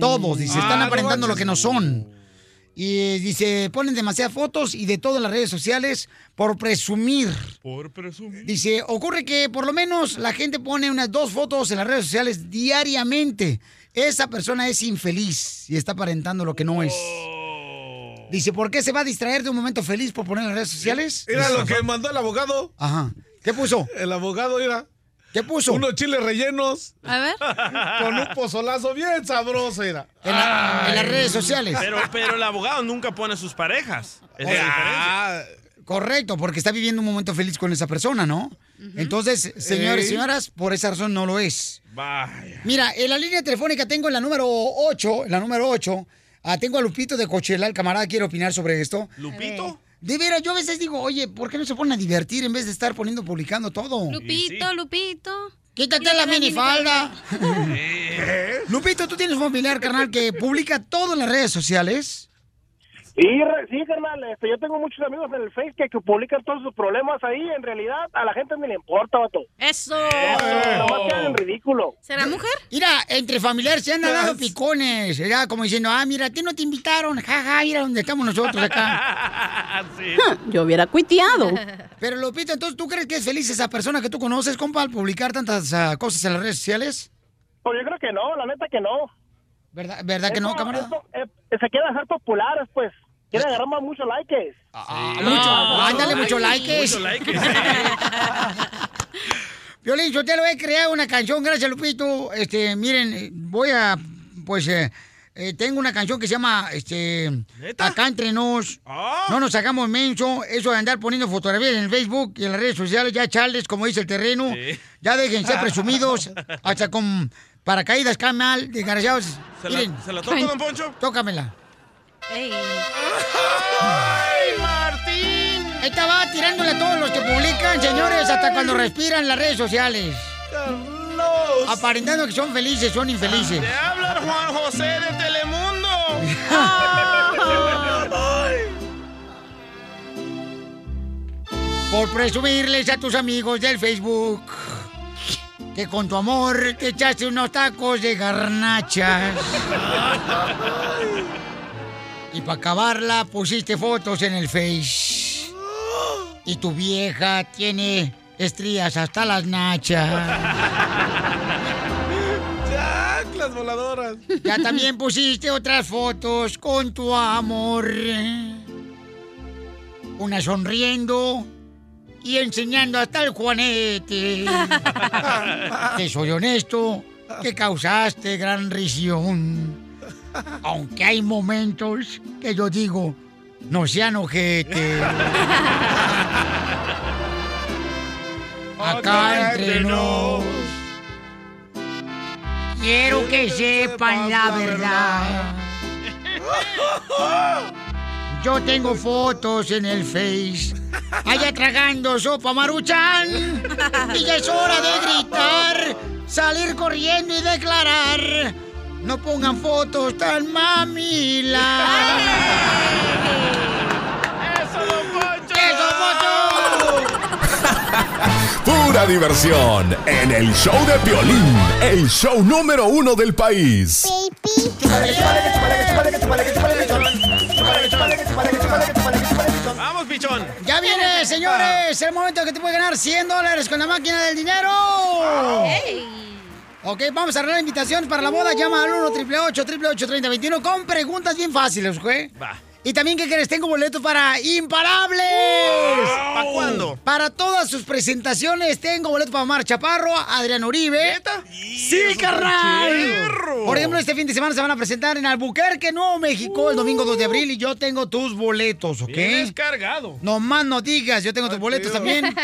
Todos, dice,
Ah,
están
no
aparentando lo
manches.
que no son. Y eh, dice, ponen demasiadas fotos y de todo en las redes sociales por presumir.
Por presumir.
Dice, ocurre que por lo menos la gente pone unas dos fotos en las redes sociales diariamente. Esa persona es infeliz y está aparentando lo que no es.
Oh.
Dice, ¿por qué se va a distraer de un momento feliz por poner en las redes sociales?
Era
Dice,
lo que mandó el abogado.
Ajá. ¿Qué puso?
El abogado era.
¿Qué puso?
Unos chiles rellenos.
A ver.
<laughs> Con un pozolazo bien sabroso era.
en las redes sociales.
Pero,
<laughs>
pero el abogado nunca pone a sus parejas. Es la
Oye,
diferencia.
Correcto, porque está viviendo un momento feliz con esa persona, ¿no? Entonces, señores y
Ey.
señoras, por esa razón no lo es.
Vaya.
Mira, en la línea telefónica tengo en la número 8, la número 8, ah, tengo a Lupito de Cochela, el camarada quiere opinar sobre esto.
¿Lupito?
De veras, yo a veces digo, oye, ¿por qué no se ponen a divertir en vez de estar poniendo, publicando todo?
Lupito, Lupito.
Quítate la minifalda. <laughs> Lupito, tú tienes un familiar, carnal, que publica todo en las redes sociales.
Y re- sí, carnal, este, yo tengo muchos amigos en el Face que, que publican todos sus problemas ahí. En realidad, a la gente ni le importa, vato.
¡Eso!
Nomás quedan en ridículo.
¿Será mujer?
Mira, entre familiares se han dado picones, ya como diciendo, ah, mira, a ti no te invitaron, jaja, mira donde estamos nosotros acá.
Yo hubiera cuiteado.
Pero Lupito, entonces, ¿tú crees que es feliz esa persona que tú conoces, compa, al publicar tantas ah, cosas en las redes sociales?
Pues yo creo que no, la neta que no.
¿Verdad, verdad que no, camarada?
eh, se quiere dejar populares, pues. Quiere agarrar más muchos likes.
mucho, ándale, mucho likes.
Mucho likes.
Violín, yo te lo he creado una canción, gracias Lupito. Este, miren, eh, voy a, pues, eh, eh, tengo una canción que se llama, este, Acá entre nos. No nos hagamos menso. Eso de andar poniendo fotografías en el Facebook y en las redes sociales, ya charles, como dice el terreno. Ya déjense presumidos, hasta con paracaídas caen mal, desgraciados.
¿Se la- se la toco, don Poncho?
Tócamela.
¡Ay, Martín!
Esta va tirándole a todos los que publican, señores, hasta cuando respiran las redes sociales. Aparentando que son felices, son infelices.
¡Te habla Juan José de Telemundo!
<laughs> Por presumirles a tus amigos del Facebook que con tu amor te echaste unos tacos de garnachas. Y para acabarla pusiste fotos en el Face. Y tu vieja tiene estrías hasta las nachas.
Chac, las voladoras.
Ya también pusiste otras fotos con tu amor. Una sonriendo y enseñando hasta el juanete. Te soy honesto, que causaste gran risión. Aunque hay momentos que yo digo, no sean ojete. Acá entre nos. Quiero que sepan la verdad. Yo tengo fotos en el Face. Allá tragando sopa maruchan. Y ya es hora de gritar, salir corriendo y declarar. No pongan fotos tan mamilas. ¡Eso, Poncho! ¡Eso, Poncho!
Pura diversión en el show de Piolín, el show número uno del país.
Vamos, pichón.
Ya viene, señores, el momento que te puede ganar 100 dólares con la máquina del dinero. Ok, vamos a arreglar invitaciones para la boda. Llama al 1 888 3021 con preguntas bien fáciles, ¿ok?
Va.
Y también, ¿qué crees? Tengo boletos para Imparables. ¿Para
cuándo?
Para todas sus presentaciones. Tengo boletos para Omar Chaparro, Adrián Uribe. ¡Sí, carnal! Por ejemplo, este fin de semana se van a presentar en Albuquerque, Nuevo México, el domingo 2 de abril. Y yo tengo tus boletos, ¿ok?
Vienes cargado.
No más no digas, yo tengo tus boletos
tío.
también.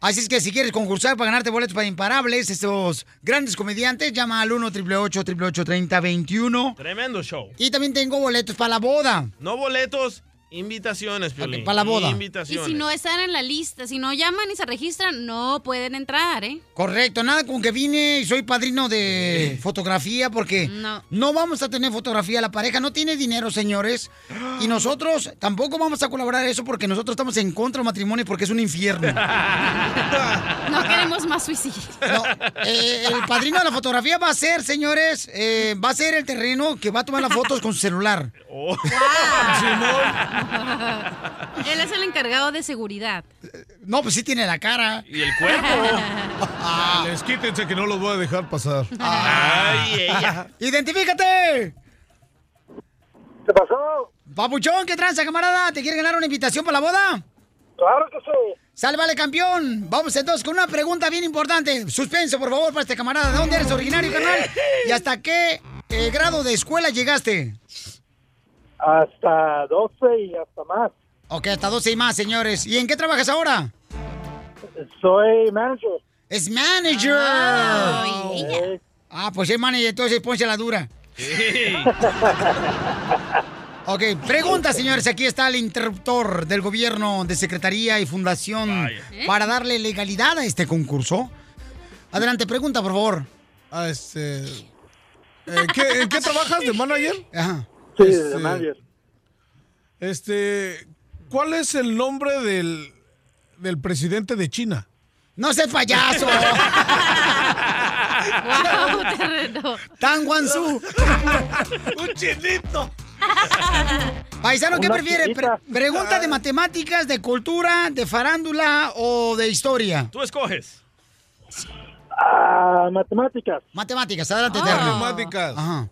Así es que si quieres concursar para ganarte boletos para Imparables, estos grandes comediantes, llama al 1 888 3021
Tremendo show.
Y también tengo boletos para la boda.
No boletos, invitaciones, Piolín.
para la boda.
Y
Invitaciones.
si no están en la lista, si no llaman y se registran, no pueden entrar, ¿eh?
Correcto, nada con que vine y soy padrino de fotografía porque no.
No.
vamos a tener fotografía. La pareja no tiene dinero, señores. Y nosotros tampoco vamos a colaborar eso porque nosotros estamos en contra del matrimonio porque es un infierno.
<laughs>
<laughs>
No queremos más suicidios.
Eh, el padrino de la fotografía va a ser, señores, eh, va a ser el terreno que va a tomar las fotos con su celular.
Él es el encargado de seguridad.
No, pues sí tiene
<laughs>
la cara.
Y el
<laughs>
cuerpo.
Ah. Les quítense que no los voy a dejar pasar.
Ay, ella.
<laughs> ¡Identifícate!
¿Qué pasó?
Papuchón, ¿qué tranza, camarada? ¿Te quiere ganar una invitación para la boda?
Claro que sí.
Sálvale, campeón. Vamos entonces con una pregunta bien importante. Suspenso, por favor, para este camarada. ¿De dónde eres originario, carnal? ¿Y hasta qué eh, grado de escuela llegaste?
Hasta 12 y hasta más.
Ok, hasta 12 y más, señores. ¿Y en qué trabajas ahora?
Soy manager.
¡Es manager!
Ah, ella.
Ah, pues es manager, entonces ponse la dura. Ok, pregunta, señores. Aquí está el interruptor del gobierno de Secretaría y Fundación
¿Eh?
para darle legalidad a este concurso. Adelante, pregunta, por favor.
Ah, este.
eh,
<laughs>
¿En qué, en qué trabajas de manager?
Ajá.
Sí, de manager.
Este. ¿Cuál es el nombre del, del presidente de China?
¡No seas
<laughs>
payaso!
¡Wow, terreno!
¡Tan Guansu!
¡Un chinito!
Paisano, ¿qué
Una Ah.
prefiere?
chinita.
Pre- ¿Pregunta de matemáticas, de cultura, de farándula o de historia?
Tú escoges.
Ah, matemáticas.
Matemáticas, adelante,
Ah.
Terry.
Matemáticas.
Ajá.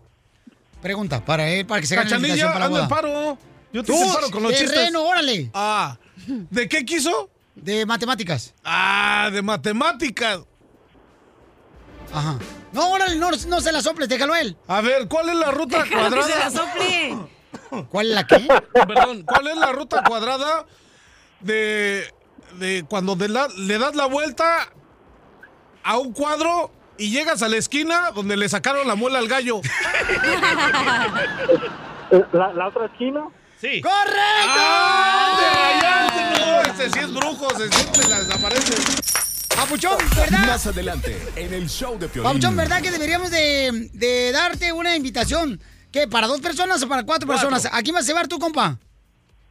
Pregunta para él, para que se gane la
Cachanilla,
invitación para la
hazme
boda.
el paro. Yo te
Tú,
hice paro con los
terreno,
chistes.
órale.
Ah, ¿de qué quiso?
De matemáticas.
Ah, de matemáticas.
Ajá. No, órale, no, no se la soples, déjalo a él.
A ver, ¿cuál es la ruta
Déjalo que
cuadrada?
se la ¿Cuál es la qué?
<laughs> Perdón, ¿cuál es la ruta cuadrada de, de cuando de la- le das la vuelta a un cuadro y llegas a la esquina donde le sacaron la muela al
<laughs>
gallo?
Eh, ¿La, la otra esquina?
Sí.
¡Correcto!
¡Ah! No, este sí es brujo, se siempre las aparece.
Papuchón, ¿verdad?
Más adelante en el show de Piolín.
Papuchón, ¿verdad que deberíamos de, de darte una invitación? ¿Qué, para dos personas o para cuatro, personas? ¿A quién vas a llevar tú, compa?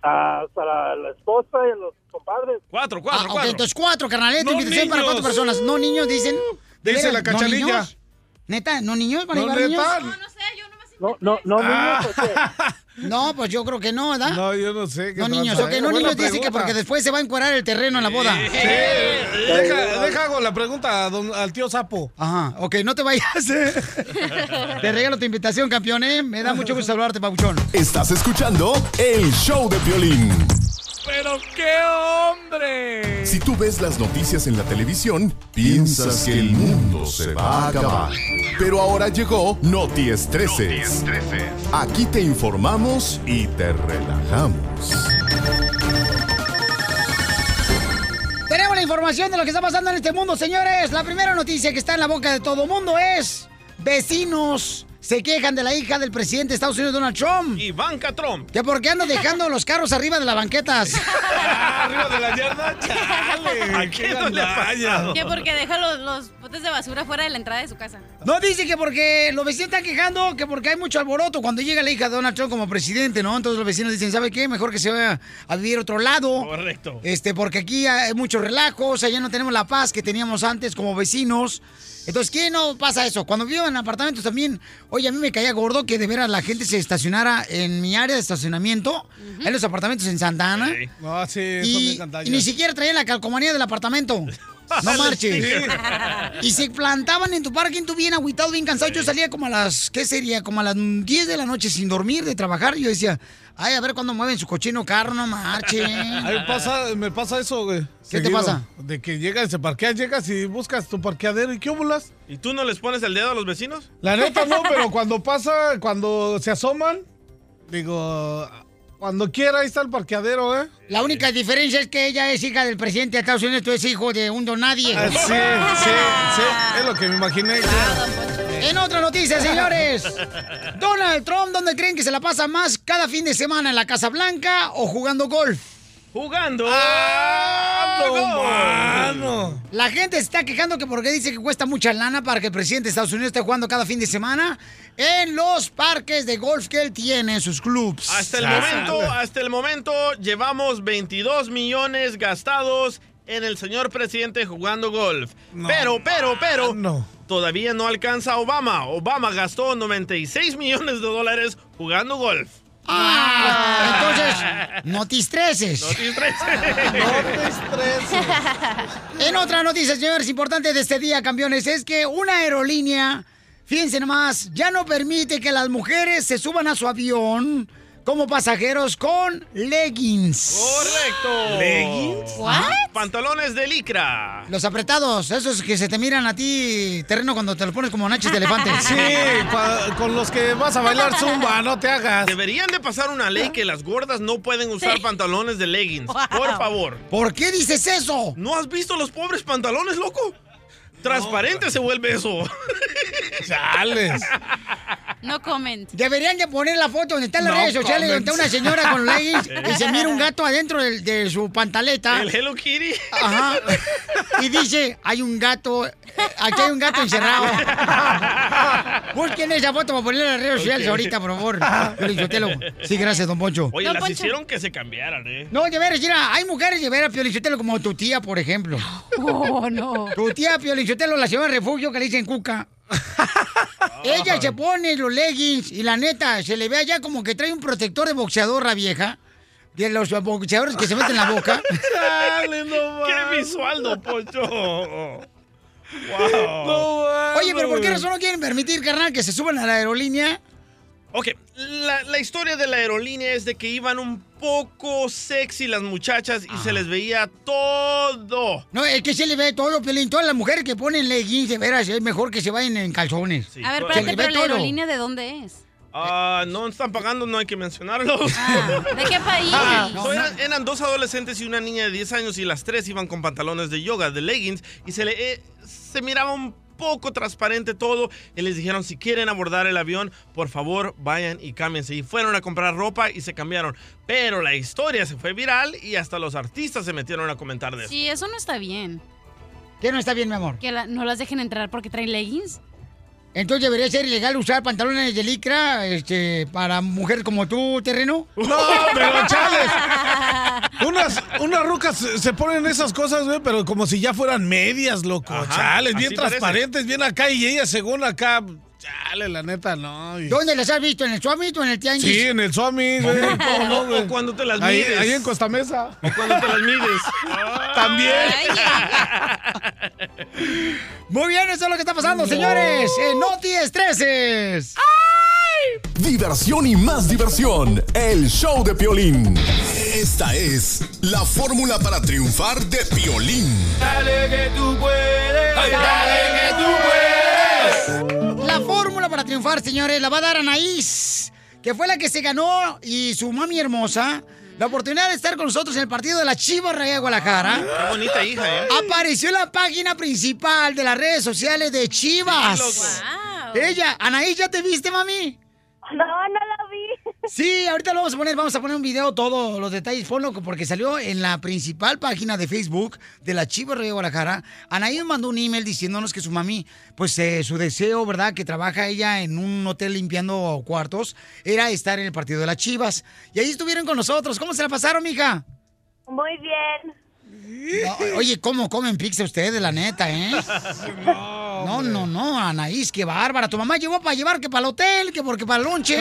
Ah, para la esposa y los compadres.
Cuatro,
Ah, ok, entonces cuatro, carnalete, invitación para cuatro personas. No niños, dicen. ¿De
Dice
veras?
la
¿No
cachanilla.
niños? Neta, ¿no niños? ¿Van a
No,
llevar
neta.
niños?
No, no, no,
Ah.
niños, ¿o qué?
<laughs> No, pues yo creo que no, ¿verdad?
No, yo no sé. qué
No niños,
tranza,
ok,
eh,
no
buena
niños dice que
pregunta.
porque después se va a encuadrar el terreno en la boda.
Sí, deja, deja hago la pregunta a don- al tío Sapo.
Ajá, ok, no te vayas. eh.
<laughs>
te regalo tu invitación, campeón, ¿eh? Me da mucho gusto saludarte, Papuchón.
Estás escuchando el show de Piolín.
¡Pero qué hombre!
Si tú ves las noticias en la televisión, piensas que el mundo se va a acabar. Pero ahora llegó Noti Estreses. Aquí te informamos y te relajamos.
Tenemos la información de lo que está pasando en este mundo, señores. La primera noticia que está en la boca de todo mundo es vecinos se quejan de la hija del presidente de Estados Unidos, Donald Trump.
Ivanka Trump.
Que por qué anda dejando los carros arriba de las banquetas.
Arriba de la yarda, chale. ¿A qué no le falla?
Que porque deja los, los botes de basura fuera de la entrada de su casa.
No, dice que porque los vecinos están quejando, que porque hay mucho alboroto cuando llega la hija de Donald Trump como presidente, ¿no? Entonces los vecinos dicen, ¿sabe qué? Mejor que se vaya a vivir a otro lado.
Correcto.
Este, porque aquí hay muchos relajos, allá no tenemos la paz que teníamos antes como vecinos. Entonces, ¿qué no pasa eso? Cuando vivo en apartamentos también, oye, a mí me caía gordo que de veras la gente se estacionara en mi área de estacionamiento, en los apartamentos en Santa Ana.
No, sí, eso me
Y,
encanta.
y ni siquiera traía la calcomanía del apartamento. No marches.
<laughs> Sí.
Y se plantaban en tu parking, tú bien agüitado, bien cansado. Yo salía como a las, ¿qué sería? Como a las 10 de la noche sin dormir de trabajar. Yo decía, ay, a ver cuándo mueven su cochino carro, no
<laughs>
marchen.
A mí pasa- me pasa eso, güey.
¿Qué te pasa?
De que llegas, se parquean, llegas y buscas tu parqueadero y qué óvulas.
¿Y tú no les pones el dedo a los vecinos?
La neta no, pero cuando pasa, cuando se asoman, digo, cuando quiera, ahí está el parqueadero, ¿eh?
La única diferencia es que ella es hija del presidente de Estados Unidos, tú eres hijo de un don nadie.
Ah, Sí, sí, sí, es lo que me imaginé.
En otra
<laughs>
noticia, señores. Donald Trump, ¿dónde creen que se la pasa más cada fin de semana? ¿En la Casa Blanca o jugando golf? Ah,
¡Jugando! Ah,
La gente se está quejando que porque dice que cuesta mucha lana para que el presidente de Estados Unidos esté jugando cada fin de semana en los parques de golf que él tiene en sus clubs.
Hasta el momento, hasta el momento llevamos 22 millones gastados en el señor presidente jugando golf. pero, pero, pero, todavía no alcanza a Obama. Obama gastó 96 millones de dólares jugando golf.
Ah, entonces, no te estreses.
No te estreses.
En otra noticia, señores, importante de este día, campeones, es que una aerolínea, fíjense nomás, ya no permite que las mujeres se suban a su avión como pasajeros con leggings.
Correcto.
¿Leggings? What?
Pantalones de licra.
Los apretados, esos que se te miran a ti terreno cuando te lo pones como nachos de elefante.
Sí,
cua- con los que vas
<laughs>
a bailar zumba, no te hagas.
Deberían de pasar una ley que las gordas no pueden usar pantalones de leggings. Por favor.
¿Por qué dices eso?
¿No has visto los pobres pantalones, loco? Transparente se vuelve eso.
Chales.
No comment.
Deberían de poner la foto donde están las
No
redes sociales, donde está una
comments.
señora con leggings
Sí.
y se mira un gato adentro del- de, su pantaleta.
El Hello Kitty.
Ajá. Y dice, hay un gato, eh, aquí hay un gato
<laughs>
encerrado. Busquen esa foto para ponerla en las redes sociales
Ok.
ahorita, por favor.
<laughs>
Piolín Sotelo. Sí, gracias, don Poncho.
<laughs> Oye, las hicieron que se cambiaran, ¿eh?
No, de veras, mira, hay mujeres de veras, Piolín Sotelo, como tu tía, por ejemplo.
Oh, no.
Tu tía Piolín Sotelo, la señora de refugio que le dicen cuca. Ella se pone los leggings y la neta, se le ve allá como que trae un protector de boxeador la vieja. De los boxeadores que se meten en la boca. <laughs>
<laughs> ¡Qué visual,
<laughs>
don
<laughs>
Poncho! ¡Wow!
Oye, pero ¿por qué razón no quieren permitir, carnal, que se suban a la aerolínea?
Ok, la, la historia de la aerolínea es de que iban un poco sexy las muchachas y se les veía todo.
No, es que se le ve todo, Piolín. Todas las mujeres que ponen leggings, de veras, es mejor que se vayan en calzones.
A ver,
Se
espérate,
les ve
pero la
todo.
aerolínea de dónde es?
Ah, no están pagando, no hay que mencionarlos.
¿De qué país?
Ah, so eran, eran dos adolescentes y una niña de 10 años y las tres iban con pantalones de yoga, de leggings y se le eh, se miraba un poco transparente todo y les dijeron si quieren abordar el avión por favor vayan y cámbiense y fueron a comprar ropa y se cambiaron pero la historia se fue viral y hasta los artistas se metieron a comentar de eso
Sí, eso no está bien.
¿Qué no está bien, mi amor?
Que la- no las dejen entrar porque traen leggings.
Entonces debería ser ilegal usar pantalones de licra este, para mujeres como tú, <laughs> terreno.
No, pero
<laughs>
chales. Unas, unas rucas se se ponen esas cosas, güey, pero como si ya fueran medias, loco.
Ajá,
chales,
así
bien
parece.
transparentes, bien acá y ella según acá. Chale, la neta, no. y-
¿Dónde las has visto? ¿En el Suamit o en el Tianguis?
Sí, en el Suami, güey. ¿Cómo no, güey?
O cuando te las
Ahí,
mides.
ahí en Costa Mesa.
O cuando te las mides Ah.
También.
Muy bien, eso es lo que está pasando, señores. Eh, no te estreses.
Diversión y más diversión. El show de Piolín. Esta es la fórmula para triunfar de Piolín.
Dale que tú puedes.
dale
que tú puedes.
La fórmula para triunfar, señores, la va a dar Anaís, que fue la que se ganó y su mami hermosa la oportunidad de estar con nosotros en el partido de la Chivas Rey de Guadalajara.
Qué bonita hija, ¿eh?
Apareció en la página principal de las redes sociales de Chivas.
Sí, loco.
Ella, Anaí, ¿ya te viste, mami?
No, no la vi.
Sí, ahorita lo vamos a poner, vamos a poner un video, todos los detalles, ponlo, porque salió en la principal página de Facebook de la Chiva Rey de Guadalajara. Anaí nos mandó un email diciéndonos que su mami, pues eh, su deseo, ¿verdad? Que trabaja ella en un hotel limpiando cuartos, era estar en el partido de las Chivas. Y ahí estuvieron con nosotros. ¿Cómo se la pasaron, mija?
Muy bien.
No, oye, ¿cómo comen pizza ustedes, la neta, eh? No,
<laughs>
no, no, no, Anaís, qué bárbara. Tu mamá llevó para llevar que para el hotel, que porque para el lonche.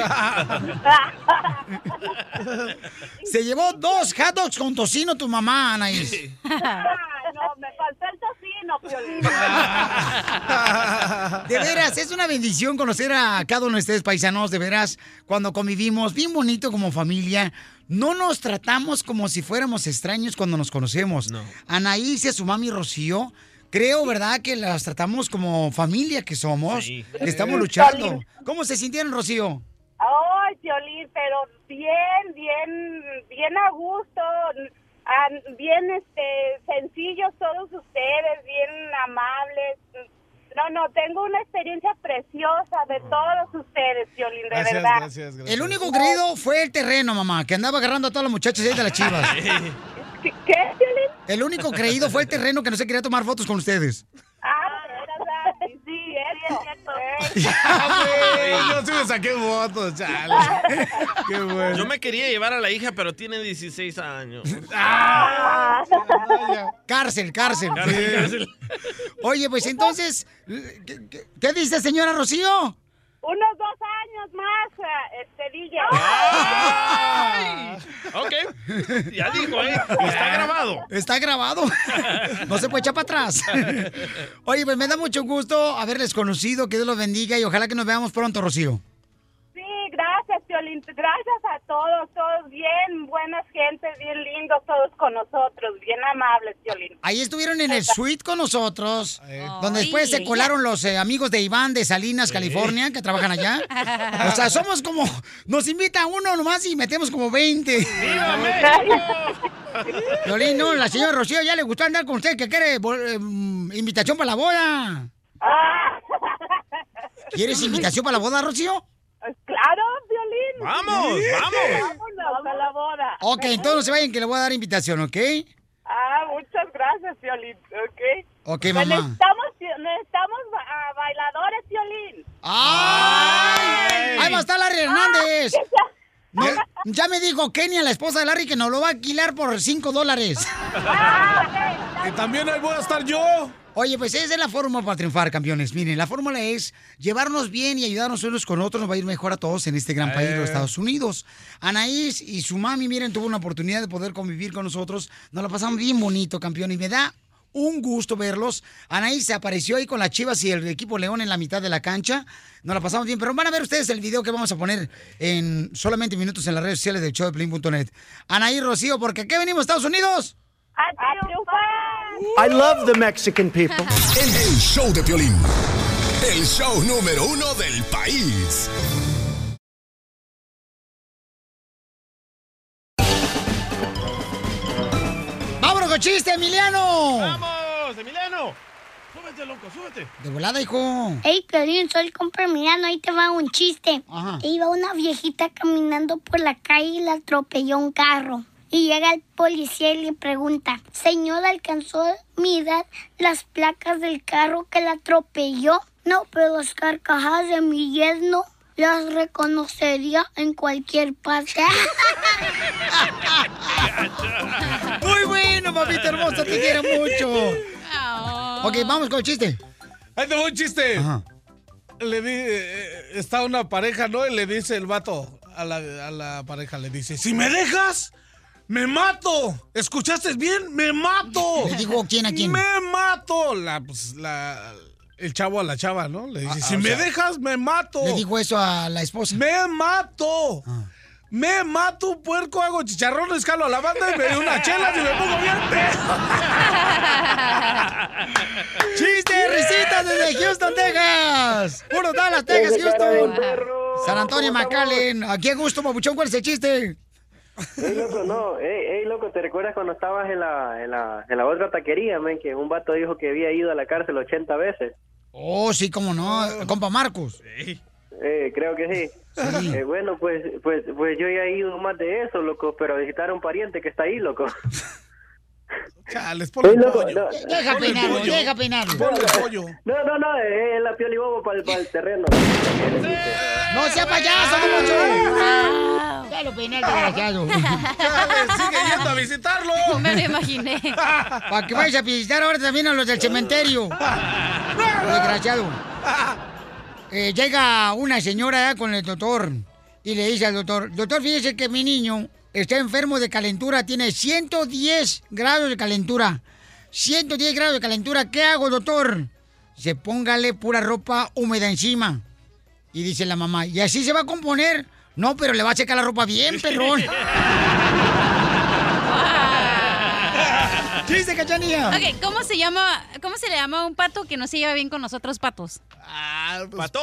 Se llevó dos hot dogs con tocino tu mamá, Anaís.
<laughs> no, me faltó el tocino, Piolín.
De veras, es una bendición conocer a cada uno de ustedes, paisanos, de veras, cuando convivimos, bien bonito como familia. No nos tratamos como si fuéramos extraños cuando nos conocemos. Anaís y a su mami Rocío, creo, ¿verdad?, que las tratamos como familia que somos,
Sí.
que
Eh,
estamos luchando.
Piolín.
¿Cómo se sintieron, Rocío?
Ay, Piolín, pero bien, bien, bien a gusto, n- an- bien este, sencillos todos ustedes, bien amables. No, no, tengo una experiencia preciosa de todos ustedes, Piolín, de verdad.
El único creído fue el terreno, mamá, que andaba agarrando a todas las muchachas ahí de las chivas.
¿Qué, Piolín?
El único creído fue el terreno que no se quería tomar fotos con ustedes.
Ah, de verdad, sí, sí, es cierto.
yo sí me saqué votos, chale. Qué bueno.
Yo me quería llevar a la hija, pero tiene 16 años.
Cárcel, cárcel.
Cárcel, cárcel.
Oye, pues entonces, ¿qué, qué- qué dice señora Rocío?
Unos dos años más, ah, este DJ.
Ok, ya dijo, ¿eh? Y Está grabado.
Ah, Está grabado. No se puede echar para atrás. Oye, pues me da mucho gusto haberles conocido, que Dios los bendiga y ojalá que nos veamos pronto, Rocío.
Sí, gracias, Piolín. Gracias a todos, todos bien, buenas gentes, bien lindos todos con nosotros, bien amables, Piolín.
Ahí estuvieron en el suite con nosotros, donde después se colaron los eh, amigos de Iván de Salinas, California, que trabajan allá. O sea, somos como, nos invita uno nomás y metemos como 20. Violín, no, la señora Rocío ya le gustó andar con usted, que quiere vol- eh, mm, invitación para la boda. ¿Quieres invitación para la boda, Rocío?
Claro, Piolín.
Vamos, vamos.
Vámonos a la boda.
Ok, entonces no se vayan que le voy a dar invitación, ¿ok?
Ah, muchas gracias, Piolín. Ok.
Ok,
Pues
mamá.
Necesitamos, necesitamos ah, bailadores, Piolín.
¡Ay! Ahí va a estar Larry Hernández.
Ah,
No, ya me dijo Kenia, la esposa de Larry, que nos lo va a alquilar por 5 dólares.
Y también ahí voy a estar yo.
Oye, pues esa es la fórmula para triunfar, campeones. Miren, la fórmula es llevarnos bien y ayudarnos unos con otros. Nos va a ir mejor a todos en este gran país,
Eh.
los Estados Unidos. Anaís y su mami, miren, tuvo una oportunidad de poder convivir con nosotros. Nos la pasamos bien bonito, campeón. Y me da un gusto verlos. Anaís se apareció ahí con las chivas y el equipo León en la mitad de la cancha. Nos la pasamos bien. Pero van a ver ustedes el video que vamos a poner en solamente minutos en las redes sociales del show de Piolín.net. Anaís Rocío, porque aquí venimos, Estados Unidos.
¡A triunfar!
I love the Mexican people.
El, el show de violín. El show número uno del país.
¡Vámonos con chiste, Emiliano!
¡Vamos, Emiliano! ¡Súbete, loco, súbete!
De volada, hijo.
Hey, Piolín, soy Milano, ahí te va un chiste. E Iba una viejita caminando por la calle y la atropelló un carro. Y llega el policía y le pregunta, señor, ¿alcanzó mi edad las placas del carro que la atropelló? No, pero las carcajadas de mi yerno las reconocería en cualquier parte.
<laughs> Muy bueno, papito hermoso, te quiero mucho.
Oh.
Ok, vamos con el chiste.
Ah. Ahí te va un chiste. Le di, eh, está una pareja, ¿no? Y le dice el vato a la, a la pareja, le dice, si me dejas, me mato. ¿Escuchaste bien? Me mato.
Le dijo quién a quién.
Me mato. La, pues, la- el chavo a la chava, ¿no? Le dice,
Ah, ah,
si
o
me
sea,
dejas, me mato.
Le dijo eso a la esposa. Ah.
Me mato. Me mato, puerco, hago chicharrones, calo a la banda y me doy unas chelas y me pongo bien pedo".
¡Chiste, risitas desde Houston, Texas! ¡Puro Dallas, Texas,
Tiene cara
Houston!
de
San Antonio, McAllen. Aquí a gusto, Mabuchón, ¿cuál es el chiste?
Ey, loco, no, ey, ey, loco, ¿te recuerdas cuando estabas en la, en la, en la otra taquería, men, que un vato dijo que había ido a la cárcel 80 veces?
Oh, sí, cómo no. Compa Marcos.
Eh, creo que sí.
Sí.
Eh, bueno, pues, pues, pues yo ya he ido más de eso, loco, pero a visitar a un pariente que está ahí, loco.
Chales,
ponle no,
Deja
Ponle
peinarlo,
pollo.
deja peinarlo.
No, no, no, eh, es la piel y bobo para el terreno.
¡No sea payaso, mucho! Ya lo peiné el desgraciado.
<laughs> sigue yendo a visitarlo!
Me lo
<laughs>
imaginé.
Para que vayas a visitar ahora también a los del
<laughs>
cementerio. Desgraciado. Eh, llega una señora ya con el doctor y le dice al doctor, doctor, fíjese que mi niño está enfermo de calentura, tiene 110 grados de calentura. 110 grados de calentura, ¿qué hago, doctor? Se póngale pura ropa húmeda encima. Y dice la mamá, ¿y así se va a componer? No, pero le va a secar la ropa bien,
<laughs>
perrón. ¡Chiste, cachanilla!
Ok, ¿cómo se llama, cómo se le llama a un pato que no se lleva bien con los otros patos? Ah,
¿Pato?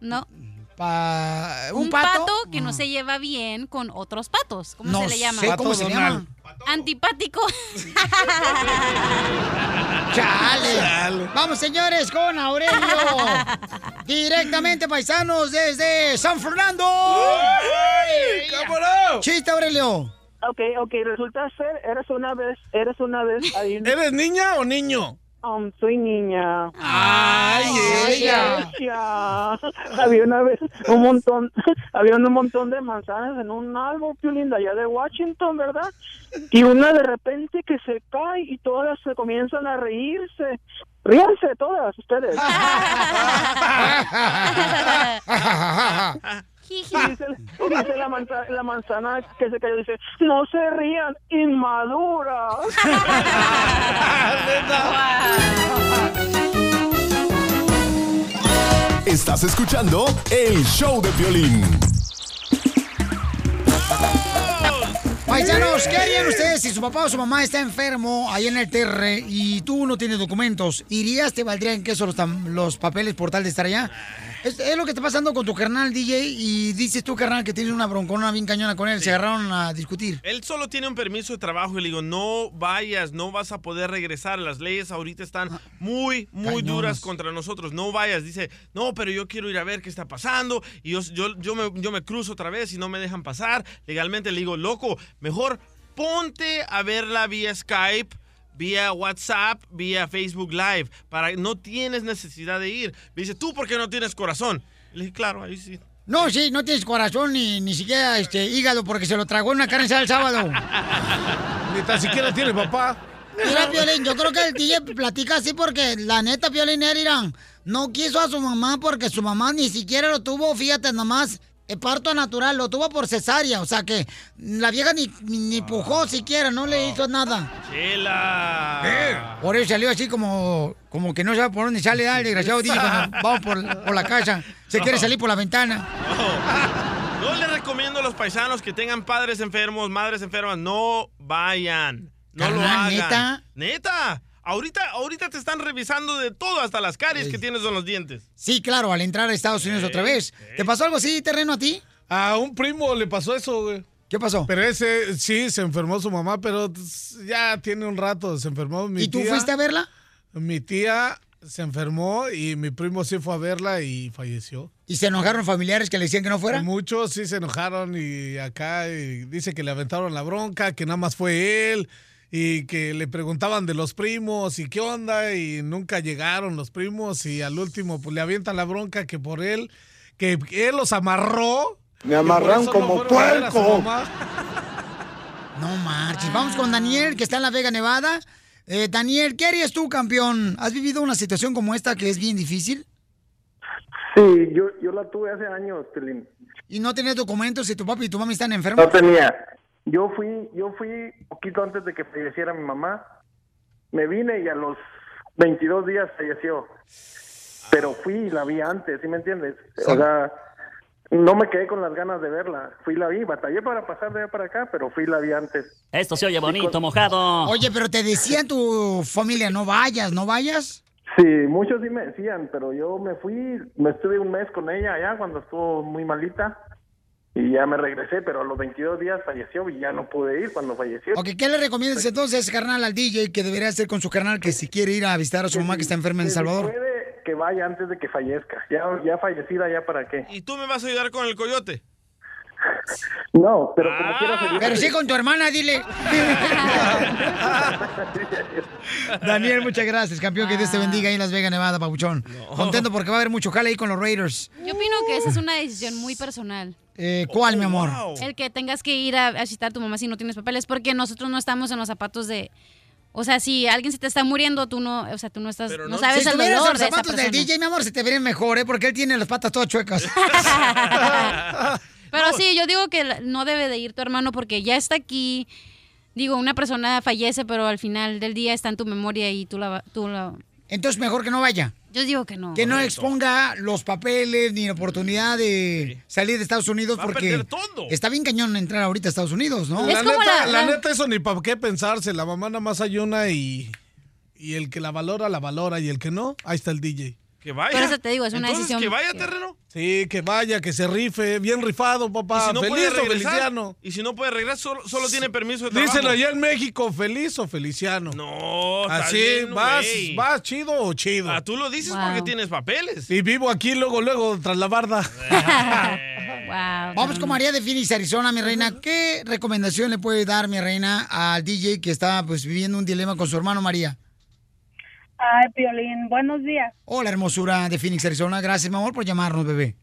No.
Pues Pa-
Un, pato? que no se lleva bien con otros patos. ¿Cómo
No
se le llama?
sé cómo se le llama.
Antipático. <laughs>
Chale. Vamos, señores, con Aurelio. Directamente, paisanos, desde San Fernando. Chiste, Aurelio.
Ok, ok, resulta ser, eres una vez, eres una vez ahí.
¿Eres niña o niño?
Um, soy niña.
¡Ay, ella!
ella. <laughs> Había una vez un montón, <laughs> había un montón de manzanas en un árbol, Piolín, de allá de Washington, ¿verdad? Y una de repente que se cae y todas se comienzan a reírse. Ríanse todas
<laughs>
ustedes. Y dice, dice la, manza- la manzana que se cayó, dice, no se rían,
<laughs>
inmaduras.
Estás escuchando el show de violín.
Paisanos, ¿qué harían ustedes si su papá o su mamá está enfermo ahí en el terre y tú no tienes documentos? ¿Irías, te valdrían queso los, tam- los papeles por tal de estar allá? Es, es lo que está pasando con tu carnal, DJ, y dices tú, carnal, que tienes una broncona bien cañona con él. Se agarraron a discutir.
Él solo tiene un permiso de trabajo y le digo, no vayas, no vas a poder regresar. Las leyes ahorita están muy, muy
Cañonas.
duras contra nosotros. No vayas. Dice, no, pero yo quiero ir a ver qué está pasando. Y yo, yo, yo me, yo me cruzo otra vez y no me dejan pasar. Legalmente le digo, loco, mejor ponte a verla vía Skype. Vía WhatsApp, vía Facebook Live. Para, no tienes necesidad de ir. Me dice, ¿tú por qué no tienes corazón? Le dije, claro, ahí sí.
No, sí, no tienes corazón ni, ni siquiera este hígado porque se lo tragó en una carne asada el sábado.
Ni tan siquiera tiene papá.
Mira, Piolín, yo creo que el DJ platica así porque la neta, Piolín, era Irán. No quiso a su mamá porque su mamá ni siquiera lo tuvo, fíjate nomás, eh, parto natural, lo tuvo por cesárea. O sea que la vieja ni, ni, ni pujó siquiera, no le hizo nada.
¡Chela!
Por eso salió así como, como que no sabe por dónde sale, ah, el desgraciado DJ, cuando vamos por, por la casa. Se quiere salir por la ventana.
No les recomiendo a los paisanos que tengan padres enfermos, madres enfermas, no vayan. No lo
Carnal,
hagan.
¿neta?
Neta. Ahorita, ahorita te están revisando de todo, hasta las caries que tienes en los dientes.
Sí, claro, al entrar a Estados Unidos otra vez. ¿Te pasó algo así, terreno, a ti? Ah,
A un primo le pasó eso, güey.
¿Qué pasó?
Pero ese sí, se enfermó su mamá, pero tss, ya tiene un rato, se enfermó mi
¿Y tú
tía.
fuiste a verla?
Mi tía se enfermó y mi primo sí fue a verla y falleció.
¿Y se enojaron familiares que le decían que no fuera?
Muchos sí se enojaron y acá y dice que le aventaron la bronca, que nada más fue él y que le preguntaban de los primos y qué onda y nunca llegaron los primos y al último pues le avientan la bronca que por él, que él los amarró.
Me amarraron
que por eso
como
fueron a ver a su
puerco.
mamá.
No marches. Vamos con Daniel, que está en La Vega, Nevada. Eh, Daniel, ¿qué harías tú, campeón? ¿Has vivido una situación como esta que es bien difícil?
Sí, yo, yo la tuve hace años, Pelín.
Y no tenías documentos y tu papi y tu mami están enfermos.
No tenía. Yo fui, yo fui poquito antes de que falleciera mi mamá. Me vine y a los 22 días falleció. Pero fui y la vi antes, ¿sí me entiendes? O sea, no me quedé con las ganas de verla. Fui y la vi, batallé para pasar de allá para acá, pero fui y la vi antes.
Esto se oye bonito,
con-
mojado.
Oye, pero te decía tu familia, no vayas, no vayas.
Sí, muchos sí me decían, pero yo me fui, me estuve un mes con ella allá cuando estuvo muy malita y ya me regresé, pero a los 22 días falleció y ya no pude ir cuando falleció.
Ok, ¿qué le recomiendas entonces, carnal, al DJ que debería hacer con su carnal que si quiere ir a visitar a su mamá que está enferma en El Salvador?
Puede,
que vaya antes de que fallezca. Ya, ya fallecida, ya para qué.
¿Y tú me vas a ayudar con el
<laughs>
coyote?
No, pero como quiera feliz.
Pero sí con tu hermana, dile. Daniel, muchas gracias, campeón. Que Dios te bendiga ahí en Las Vegas, Nevada, papuchón. Contento porque va a haber mucho jale ahí con los Raiders.
Yo opino que esa es una decisión muy personal.
Eh, ¿Cuál, mi amor?
El que tengas que ir a, a citar a tu mamá si no tienes papeles, porque nosotros no estamos en los zapatos de. O sea, si alguien se te está muriendo, tú no, o sea, tú no estás, no, sabes
si
el
tuvieras
dolor
los
de esa
zapatos del
persona.
DJ, mi amor, se te verían mejor, ¿eh? Porque él tiene las patas todas chuecas.
Pero sí, yo digo que la- no debe de ir tu hermano porque ya está aquí. Digo, una persona fallece, pero al final del día está en tu memoria y tú la... va- Tú la...
Entonces, mejor que no vaya.
Yo digo que no.
Que no exponga los papeles ni la oportunidad de salir de Estados Unidos
Va a
porque
perder todo.
está bien cañón entrar ahorita a Estados Unidos, ¿no?
la, neta, la neta, eso ni para qué pensarse. La mamá nada más ayuna y, y el que la valora, la valora. Y el que no, ahí está el DJ.
Que vaya.
Por eso te digo, es una
Entonces,
decisión
que vaya,
que-
terreno.
Sí, que vaya, que se rife. Bien rifado,
Y
papá.
si no puede
feliz o
regresar,
feliciano.
y si no puede regresar, solo, solo tiene permiso de trabajo.
Díselo allá en México, feliz o feliciano.
No, está
Así,
bien,
vas,
güey.
vas chido o chido. Ah,
tú lo dices porque tienes papeles.
Y vivo aquí luego, luego, tras la barda.
<laughs>
Vamos con María de Phoenix, Arizona, mi reina. ¿Qué recomendación le puede dar, mi reina, al DJ que está pues viviendo un dilema con su hermano María?
Ay, Piolín, buenos días.
Hola, hermosura de Phoenix, Arizona. Gracias, mi amor, por llamarnos, bebé.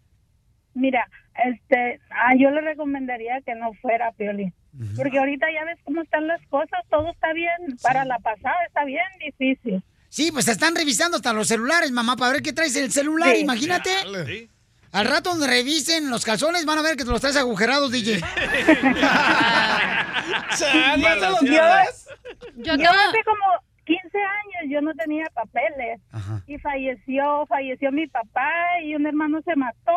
Mira, este, ah, yo le recomendaría que no fuera Piolín, porque ahorita ya ves cómo están las cosas, todo está bien, para la pasada está bien difícil.
Sí, pues te están revisando hasta los celulares, mamá, para ver qué traes en el celular,
Sí.
imagínate. Al rato donde revisen los calzones van a ver que te los traes agujerados, DJ.
<laughs> Chale, ¿ya te los llevas? Yo, hace como 15 años yo no tenía papeles y falleció, falleció mi papá y un hermano se mató.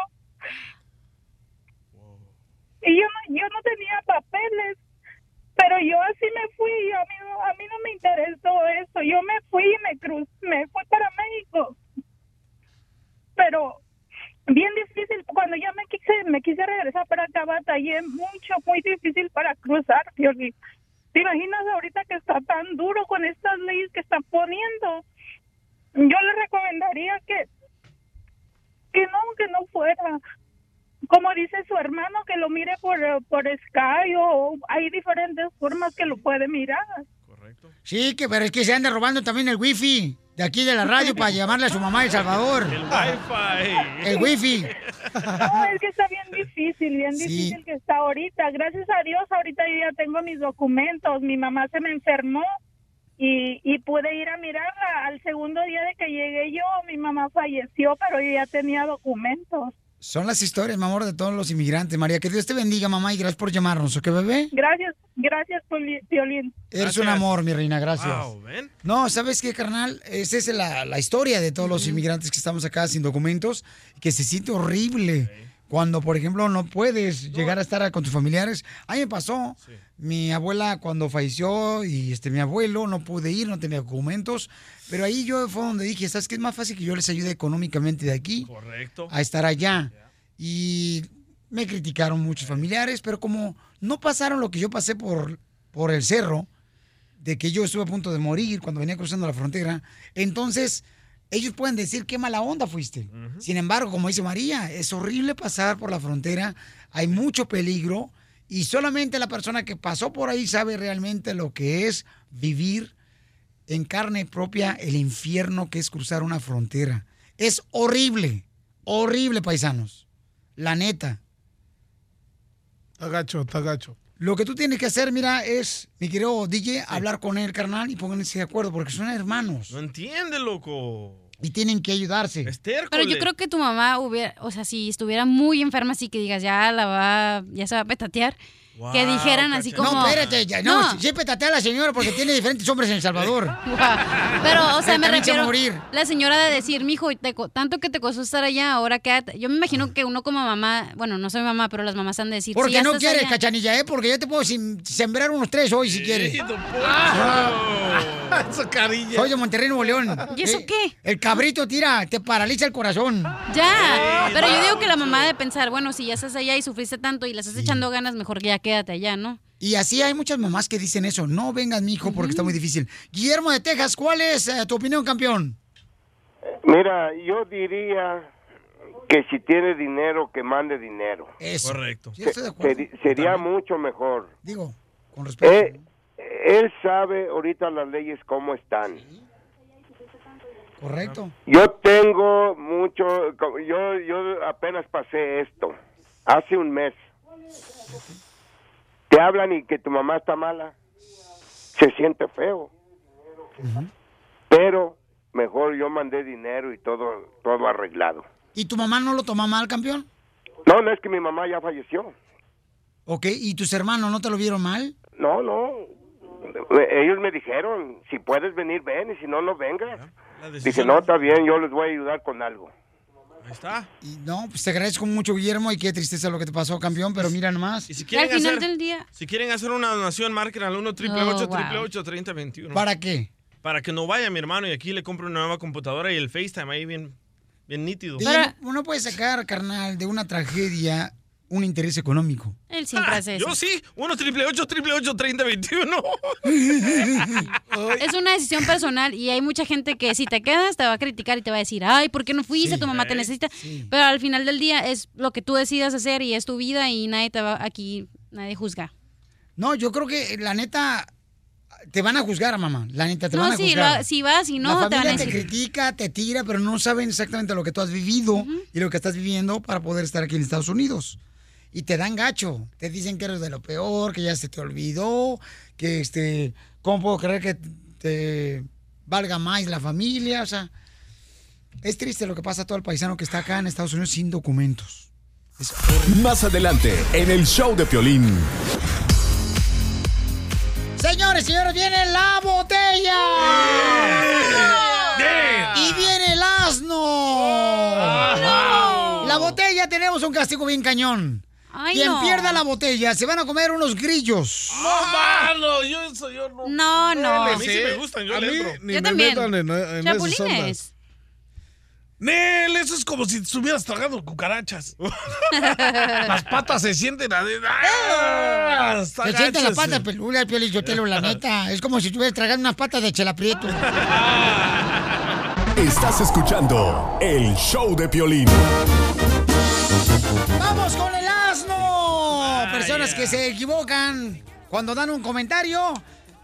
Y yo no, yo no tenía papeles, pero yo así me fui, a mí, no- a mí no me interesó eso, yo me fui y me cruz, me fui para México. Pero bien difícil, cuando ya me quise, me quise regresar para acá batallé mucho, muy difícil para cruzar, Piolín. ¿Te imaginas ahorita que está tan duro con estas leyes que están poniendo? Yo le recomendaría que que no, que no fuera. Como dice su hermano, que lo mire por, eh, por Sky o hay diferentes formas que lo puede mirar.
Sí, que, pero es que se anda robando también el wifi de aquí de la radio
<laughs>
para llamarle a su mamá de El Salvador. El
wifi.
El
<laughs>
wifi.
No, es que está bien difícil, bien
Sí.
difícil que está ahorita. Gracias a Dios, ahorita yo ya tengo mis documentos. Mi mamá se me enfermó y, y pude ir a mirarla. Al segundo día de que llegué yo, mi mamá falleció, pero yo ya tenía documentos.
Son las historias, mi amor, de todos los inmigrantes, María. Que Dios te bendiga, mamá, y gracias por llamarnos, ¿ok, bebé?
Gracias, gracias, Poli- Piolín.
Eres un amor, mi reina, gracias.
Wow,
No, ¿sabes qué, carnal? Esa es la, la historia de todos los inmigrantes que estamos acá sin documentos, que se siente horrible. Cuando, por ejemplo, no puedes llegar a estar con tus familiares. A mí me pasó. Mi abuela cuando falleció y este mi abuelo no pude ir, no tenía documentos. Pero ahí yo fue donde dije, ¿sabes qué? Es más fácil que yo les ayude económicamente de aquí
Correcto.
a estar allá. Y me criticaron muchos familiares, pero como no pasaron lo que yo pasé por, por el cerro, de que yo estuve a punto de morir cuando venía cruzando la frontera, entonces ellos pueden decir qué mala onda fuiste. Sin embargo, como dice María, es horrible pasar por la frontera, hay mucho peligro y solamente la persona que pasó por ahí sabe realmente lo que es vivir en carne propia el infierno que es cruzar una frontera. Es horrible, horrible, paisanos. La neta.
Está gacho, está gacho.
Lo que tú tienes que hacer, mira, es, mi querido DJ, hablar con el carnal y pónganse de acuerdo, porque son hermanos
No entiende, loco.
y tienen que ayudarse.
Pero yo creo que tu mamá hubiera, o sea, si estuviera muy enferma, así que digas, ya la va, ya se va a petatear. que dijeran así como...
No, espérate, ya, no, sí petatea a la señora porque tiene diferentes hombres en El Salvador.
<laughs> Ah. Pero, o sea,
Que
me
también se va
refiero.
a morir.
La señora de decir, mijo, te co- tanto que te costó estar allá, ahora quédate. Yo me imagino que uno como mamá, bueno, no soy mamá, pero las mamás han de decir.
Porque
si ya
no
estás
quieres,
allá-
cachanilla, ¿eh? Porque yo te puedo sim- sembrar unos tres hoy si quieres.
<laughs> Ah. Eso, carilla.
Soy de Monterrey, Nuevo León.
¿Y eso
Eh, El cabrito tira, te paraliza el corazón.
Ya, pero yo digo que la mamá ha de pensar, bueno, si ya estás allá y sufriste tanto y le estás echando ganas, mejor que ya quédate allá, ¿no?
Y así hay muchas mamás que dicen eso. No vengas, mijo, porque está muy difícil. Guillermo de Texas, ¿cuál es eh, tu opinión, campeón?
Mira, yo diría que si tiene dinero, que mande dinero.
Eso. Correcto. Sí,
Se-
estoy de acuerdo.
seri- sería mucho mejor.
Digo, con respeto.
Eh, él sabe ahorita las leyes cómo están.
Correcto.
Yo tengo mucho, co- yo, yo apenas pasé esto, hace un mes. Te hablan y que tu mamá está mala, se siente feo, pero mejor yo mandé dinero y todo, todo arreglado.
¿Y tu mamá no lo toma mal, campeón?
No, no es que mi mamá ya falleció,
Ok, ¿y tus hermanos no te lo vieron mal?
no, no. Ellos me dijeron, si puedes venir, ven, y si no, no vengas. Dije,
Ah, decisión.
no, está bien, yo les voy a ayudar con algo.
Ahí está. Y no, pues te agradezco mucho, Guillermo, y qué tristeza lo que te pasó, campeón, pero mira nomás.
Y
quieren
al final
hacer-
del día.
Si quieren hacer una donación, marquen al 1
Oh, wow.
888 3021
¿Para qué?
Para que no vaya mi hermano y aquí le compre una nueva computadora y el FaceTime ahí bien, bien nítido.
Oye, Uno puede sacar, carnal, de una tragedia un interés económico.
Él siempre hace eso.
Ah, Yo sí, 1 888 3021
Es una decisión personal y hay mucha gente que si te quedas te va a criticar y te va a decir, ay, ¿por qué no fuiste?
Sí,
tu mamá te
¿eh?
necesita. Pero al final del día es lo que tú decidas hacer y es tu vida y nadie te va aquí, nadie juzga.
No, yo creo que la neta te van a juzgar, mamá. La neta te
no,
van a
si,
juzgar.
lo- si vas y no,
la
te van
familia
a decir.
te critica, te tira, pero no saben exactamente lo que tú has vivido y lo que estás viviendo para poder estar aquí en Estados Unidos. Y te dan gacho, te dicen que eres de lo peor, que ya se te olvidó, que este, ¿cómo puedo creer que te valga más la familia? O sea, es triste lo que pasa a todo el paisano que está acá en Estados Unidos sin documentos.
Más adelante, en el show de Piolín.
Señores, señores, viene la botella. Y viene el asno.
Oh.
La botella tenemos un castigo bien cañón.
Ay,
Quien
no.
pierda la botella se van a comer unos grillos.
Ah, ¡No, malo! Yo, eso, yo no.
No, no.
A mí sí me gustan, yo
A
le
mí
entro.
ni me metan en, en esas ondas. Nel, eso es como si estuvieras tragando <laughs> cucarachas. Las patas se sienten a... ¡Ah! Está
Se siente la
gachas.
pata
<laughs>
pelula, el piel la neta. Es como si estuvieras tragando unas patas
<laughs>
de chelaprieto.
Estás escuchando el show de Piolín.
¡Vamos con el asno! Personas que se equivocan cuando dan un comentario.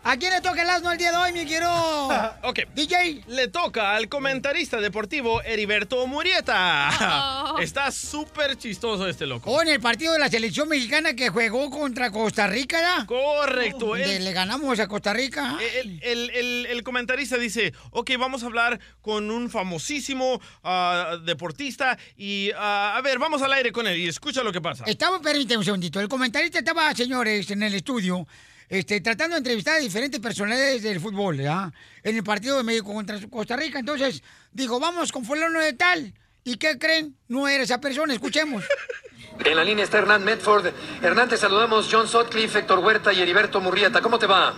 ¿A quién le toca el asno el día de hoy, mi quiero?
<laughs>
Ok.
DJ.
Le toca al comentarista deportivo Heriberto
Oh.
Murieta. Está súper chistoso este loco.
O en el partido de la selección mexicana que jugó contra Costa Rica, ¿ya?
Correcto,
Le,
él-
le ganamos a Costa Rica. ¿ah?
El, el- el- el comentarista dice, ok, vamos a hablar con un famosísimo ah, deportista y ah, a ver, vamos al aire con él y escucha lo que pasa.
Estaba, permíteme un segundito. El comentarista estaba, señores, en el estudio, este, tratando de entrevistar a diferentes personalidades del fútbol, ¿ya? En el partido de México contra Costa Rica. Entonces, digo, vamos con fulano de tal. ¿Y qué creen? No era esa persona,
<laughs>
escuchemos.
En la línea está Hernán Medford. Hernán, te saludamos John Sutcliffe, Héctor Huerta y Heriberto Murrieta. ¿Cómo te va?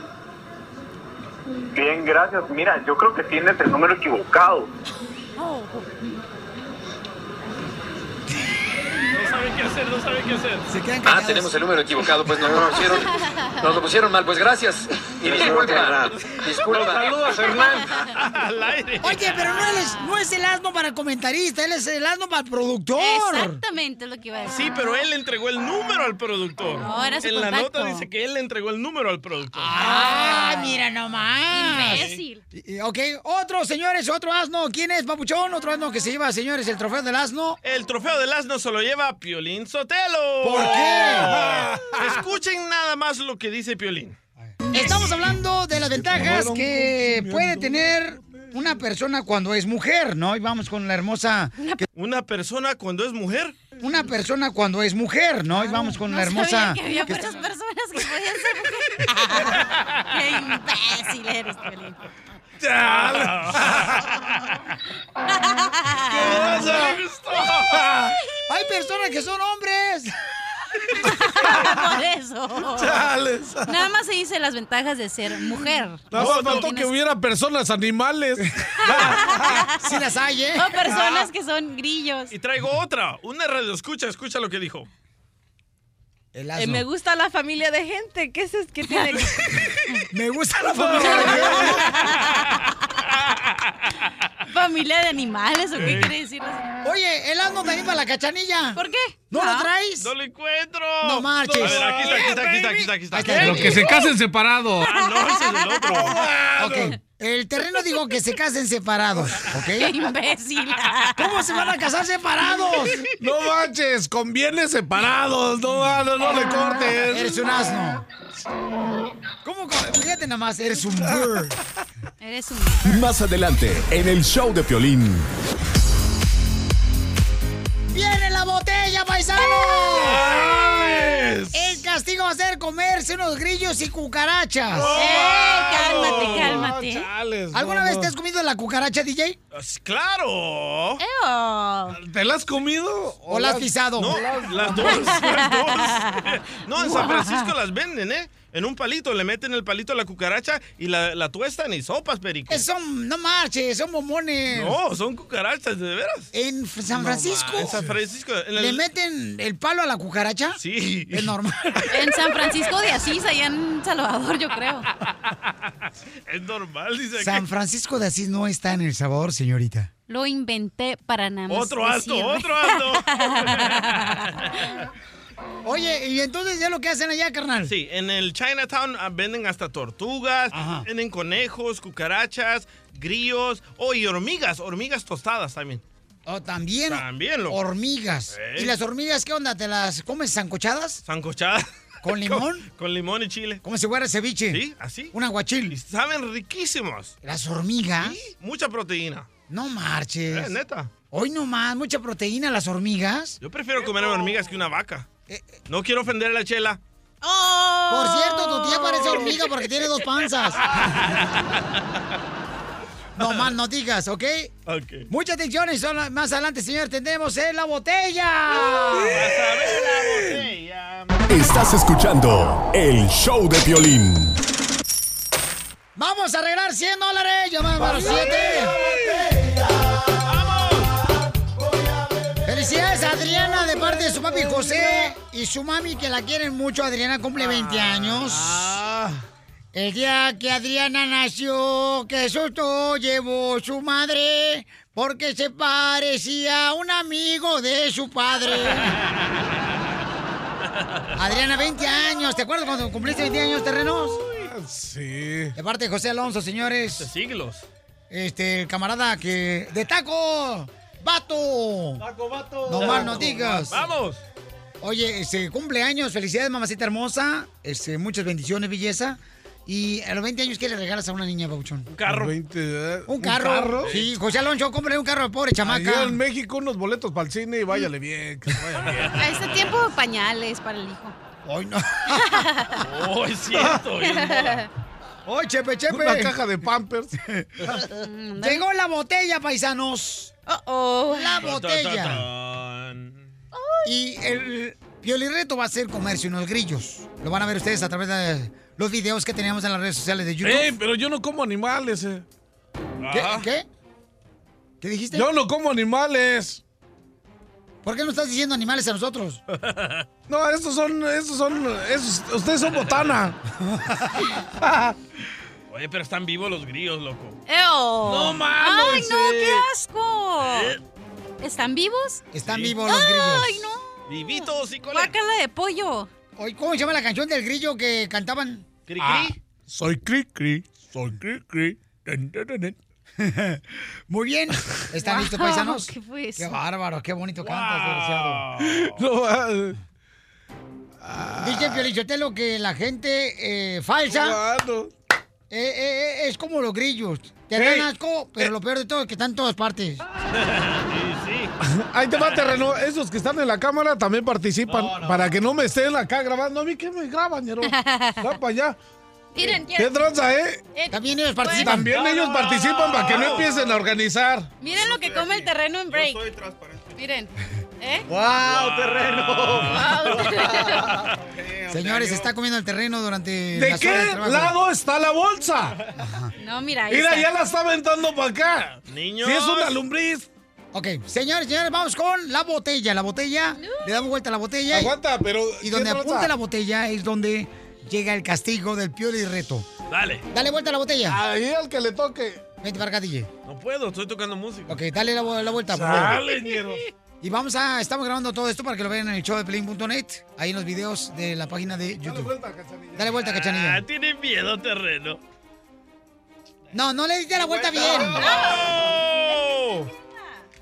Bien, gracias. Mira, yo creo que tienes el número equivocado.
No sabe qué hacer, no sabe qué hacer.
Ah, tenemos el número equivocado, pues nos lo pusieron, nos lo pusieron mal. Pues gracias y disculpa. Disculpa.
Saludos, Hernán.
Al aire.
Oye, pero no, él es, no es el asno para el comentarista, él es el asno para el productor.
Exactamente lo que iba a decir.
Sí, pero él le <laughs> entregó el número al productor.
No, Oh, era su
en la
contacto.
nota dice que él le entregó el número al productor.
Ah, mira nomás.
Imbécil.
Y- y- Ok, otro, señores, otro asno. ¿Quién es, papuchón? Otro asno que se lleva, señores, el trofeo del asno.
El trofeo del asno se lo lleva Piolín Sotelo.
¿Por qué?
<laughs> Escuchen nada más lo que dice Piolín.
Estamos hablando de las ventajas que puede tener una persona cuando es mujer, ¿no? Y vamos con la hermosa...
¿Una persona cuando es mujer?
Una persona cuando es mujer, ¿no? Y vamos con la hermosa...
Sabía que había
que
muchas
está-
personas que podían ser mujeres.
<laughs>
Qué imbécil eres, Piolín. <laughs>
Hay personas que
<laughs>
son hombres.
<laughs> Por eso.
Chales.
Nada más se dice las ventajas de ser mujer.
Nada más faltó que hubiera
<laughs>
<laughs>
personas animales.
<laughs>
Sí las hay, ¿eh?
O personas que son grillos.
Y traigo otra, una radio escucha, escucha lo que dijo.
Eh, me gusta la familia de gente. ¿Qué es, es que
<laughs>
tiene?
Me gusta la familia.
familia de animales o qué quiere decir eso?
Oye, el asno también para la cachanilla.
pues. ¿Por qué? Ah.
¿No lo traes?
No lo encuentro.
No marches.
A ver, aquí está, aquí está, aquí está, aquí está. Aquí está,
Ahí está.
Pero
Los
que se casen
separados.
Ah, no, ese es el
<laughs>
otro.
Ok. El terreno digo que se casen separados, ¿ok?
¡Qué imbécil!
¿Cómo se van a casar separados?
No manches, conviene separados. No, no, no le cortes.
Eres un asno. ¿Cómo? co- Fíjate nada más, eres un bird.
Eres un...
Más adelante, en el show de Piolín.
¡Viene la botella, paisano! El castigo va a ser comerse unos grillos y cucarachas.
¡Eh, cálmate, cálmate!
Pues,
¿Alguna vez te has comido la cucaracha, DJ?
¡Claro!
¿Te la has comido?
¿O la has pisado?
No,
<laughs>
las dos, las dos. No, en San Francisco las venden, ¿eh? En un palito, le meten el palito a la cucaracha y la, la tuestan y sopas, perico.
Eh, Son, no marches, son bombones.
No, son cucarachas, de veras.
¿En San
No
Francisco?
ma- en San Francisco, en
¿Le
el-
meten el palo a la cucaracha?
Sí.
Es normal.
<laughs>
En San Francisco de Asís, allá en Salvador, yo creo.
Es normal, dice aquí.
San Francisco de Asís no está en El Salvador, señorita.
Lo inventé para nada más
Otro alto,
decirme.
otro alto.
<laughs>
Oye, ¿y entonces ya lo que hacen allá, carnal?
Sí, en el Chinatown ah, venden hasta tortugas, venden conejos, cucarachas, grillos, oh, y hormigas, hormigas tostadas también.
Oh, también.
También, loco.
Hormigas.
Ey.
¿Y las hormigas qué onda? ¿Te las comes zancochadas?
Sancochadas. <laughs>
¿Con limón?
Con, limón y chile.
¿Cómo se fuera ceviche?
Sí, así.
Un aguachil.
Saben riquísimos.
¿Las hormigas?
Sí, mucha proteína.
No marches.
Eh, neta.
Hoy nomás, mucha proteína las hormigas.
Yo prefiero comer hormigas que una vaca.
Eh,
No quiero ofender a la chela.
Por cierto, tu tía parece hormiga porque tiene dos panzas. No mal, no digas, ¿ok?
Ok.
Mucha atención, y son- más adelante, señor, tendremos en la botella.
Estás escuchando el show de Piolín.
Vamos a arreglar 100 dólares. Llamada número
¡Vamos!
7. Felicidades a Adriana de parte de su papi José y su mami que la quieren mucho. Adriana cumple 20 años. El día que Adriana nació, que susto llevó su madre porque se parecía a un amigo de su padre. Adriana, 20 años. ¿Te acuerdas cuando cumpliste 20 años, terrenos?
Sí.
De parte de José Alonso, señores.
siglos.
Este, el camarada que. ¡De taco! ¡Vato! ¡Taco, vato! No mal no digas.
¡Vamos!
Oye, este, cumpleaños. Felicidades, mamacita hermosa. Este, muchas bendiciones, belleza. Y a los 20 años, ¿qué le regalas a una niña, Bauchón? Un
carro.
¿Un carro? Sí, José Alonso, cómprale un carro al pobre chamaca.
Allá en México unos boletos para el cine y váyale bien, que vaya bien.
A este tiempo, pañales para el hijo.
Hoy
<laughs>
no.
Oh, es cierto. bien moda.
¡Oye, chepe, chepe!
Una caja
<laughs>
de Pampers.
Llegó la botella, paisanos.
oh.
La
Ta, ta, ta,
botella.
tan.
Y el violirreto va a ser comercio, unos grillos. Lo van a ver ustedes a través de los videos que teníamos en las redes sociales de YouTube.
Ey, pero yo no como animales, eh. Ah.
¿Qué? ¿Qué? ¿Qué dijiste?
Yo no como animales.
¿Por qué no estás diciendo animales a nosotros?
No, estos son, estos son, esos- ustedes son <laughs> botana.
Oye, pero están vivos los grillos, loco.
<laughs> ¡Eo!
No mames,
¡Ay, no!
eh.
¡Qué asco! ¿Están vivos?
Están
Sí.
vivos los grillos.
¡Ay, no!
Vivitos y cola.
¡Guácala de pollo!
Oye, ¿Cómo se llama la canción del grillo que cantaban?
Cri, cri.
Ah, soy cri cri, soy cri cri. Dun, dun, dun, dun.
<laughs>
Muy bien. ¿Están
Wow,
listos, paisanos?
¿Qué fue eso?
Qué bárbaro, qué bonito cantas, desgraciado.
No, ah,
Oh. Ah. Dice Piolichotelo que la gente eh, falsa
Cubano.
eh, eh, eh, es como los grillos. Te
Ey. Eh.
dan asco, pero lo peor de todo es que están en todas partes.
<laughs> Sí,
<laughs> Ahí te va terreno. Esos que están en la cámara también participan para que no me estén acá grabando. A mí que me graban,
<laughs>
ñero. Va para allá.
Miren,
¿Qué tranza, eh?
También ellos
Bueno.
participan.
También ellos participan para que no empiecen a organizar.
Miren lo que come el terreno en break. Miren.
<laughs>
¿Eh?
¡Wow,
Wow, terreno.
Señores, se está comiendo el terreno durante
¿De qué lado está
<laughs>
la bolsa?
No, mira, ahí
Mira,
está.
ya la está aventando para acá.
Niños.
Si es una lumbriz.
Ok, señores, señores, vamos con la botella. La botella, le damos vuelta a la botella. y-
Aguanta, pero.
Y
¿qué
donde
tranza?
apunta la botella es donde llega el castigo del pioli reto.
Dale.
Dale vuelta a la botella.
Ahí al que le toque.
Vente para acá, DJ.
No puedo, estoy tocando música.
Ok, dale la, vu- la vuelta, por
Sale,
favor. Y vamos a, estamos grabando todo esto para que lo vean en el show de Play.net, ahí en los videos de la página de YouTube. Dale vuelta, Cachanilla. Dale vuelta,
Ah, tiene miedo terreno.
No, no le diste la vuelta bien.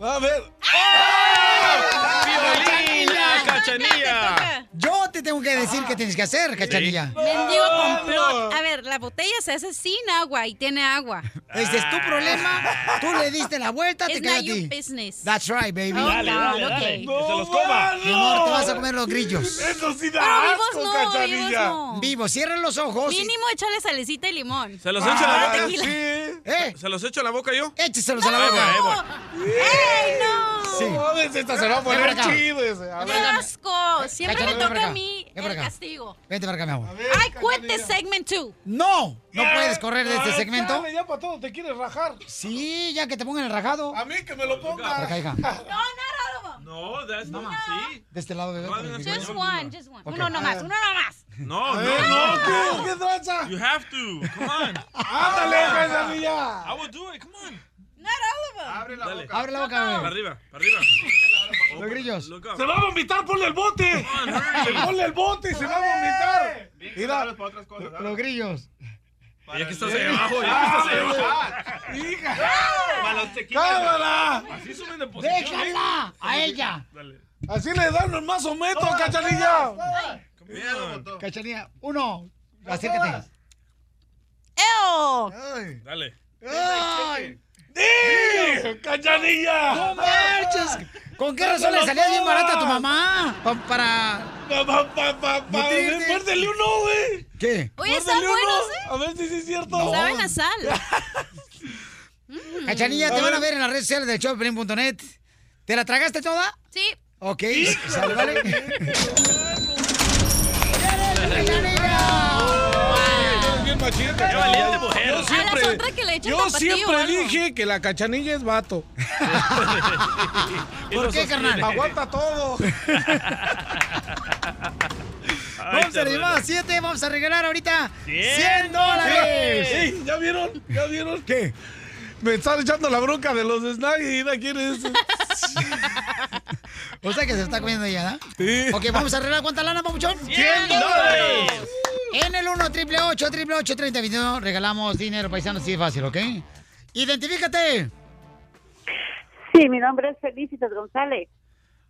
A ver.
¡Oh!
Violín, la cachanilla.
Yo te tengo que
Ah.
decir qué tienes que hacer, Cachanilla.
Mendigo complot. A ver, la botella se hace sin agua y tiene agua.
Este es tu problema. Tú le diste la vuelta, te
It's
queda a
not your
ti.
business.
That's right, baby.
Oh, Dale, God, dale, dale. okay.
Que se los coma.
Mi amor, te vas a comer los grillos.
Eso sí da
Pero Ah, vivos asco, no, Cachanilla. vivos no.
Vivo, cierra los ojos. y-
Mínimo échale salecita y limón.
Se los echo a la
Ah,
boca.
tequila.
¿Eh? ¿Se los echo a la boca yo?
Écheselos a la
Ahí
boca.
voy, ahí voy.
¡Ey, no!
Sí.
Jódese, esta se va a poner
Ven para acá.
chido ese. pues, A
¡Qué
ver.
asco! Siempre
Cachanilla,
me
ven para
toca a
acá.
mí
Ven para
el
acá.
castigo.
Vente para acá, mi amor.
I quit this segment too.
¡No! ¿No puedes correr de este
Ah,
segmento?
chale, ya para todo, te quieres rajar.
Sí, ya que te pongan el rajado.
A mí que me lo
Para
ponga.
acá, hija.
No, that's no. not sí.
De este lado, bebé.
No,
para que-
Just one, just one.
Ok.
Uno nomás, uno nomás.
No,
Eh,
no, no.
¿Qué, qué tranza?
You have to. Come on.
Ándale,
Ah.
pues,
Cachanilla.
I will do it. Come on.
Abre
la boca.
Abre la boca, bebé.
Para arriba, para arriba.
Los grillos.
Se va a vomitar, ponle el bote. <laughs> Ponle el bote, se va a vomitar. Mira,
Los grillos.
Ya que estás ahí abajo, ya que estás ahí abajo.
Hija.
Para los tequilas.
Cámara.
Así suben de posición.
¡Déjala! ¡A ella!
así le dan más o menos, Cachanilla.
Cachanilla, uno. Acércate.
¡Eo!
Dale.
¡Ay!
¡Sí! ¡Cachanilla!
¡No marches! ¿Con qué razón le salía bien barata a tu mamá? Pa- para...
Pa, pa, pa, pa, pa.
Nutrirte.
Muérdele uno, güey.
¿Qué?
Oye,
Muérdele
están
uno.
buenos, ¿eh?
A ver si sí es cierto.
Saben a sal.
<laughs> Cachanilla, te van a ver en las redes sociales de showpelín.net. ¿Te la tragaste toda?
Sí.
Ok,
<laughs>
sale, vale.
Bien machista.
Qué valiente mujer.
Yo siempre,
a la otra que le echen
yo
tapatío
siempre
o algo.
dije que la Cachanilla es vato.
Y lo sostiene.
Aguanta todo.
Ay,
Vamos a
terreno.
regalar 7, vamos a regalar ahorita 100,
Cien
dólares.
Sí, ¿Ya vieron? ¿Ya vieron? ¿Qué? Me están echando la bronca de los snacks y mira quién es.
O sea que se está comiendo ya, ¿no? Sí. Ok, vamos a arreglar cuánta lana, papuchón.
¡Cien dólares!
En el 1 triple 8 triple 8 30 21 regalamos dinero paisano, así de fácil, ¿ok? Identifícate.
Sí, mi nombre es Felicitas González.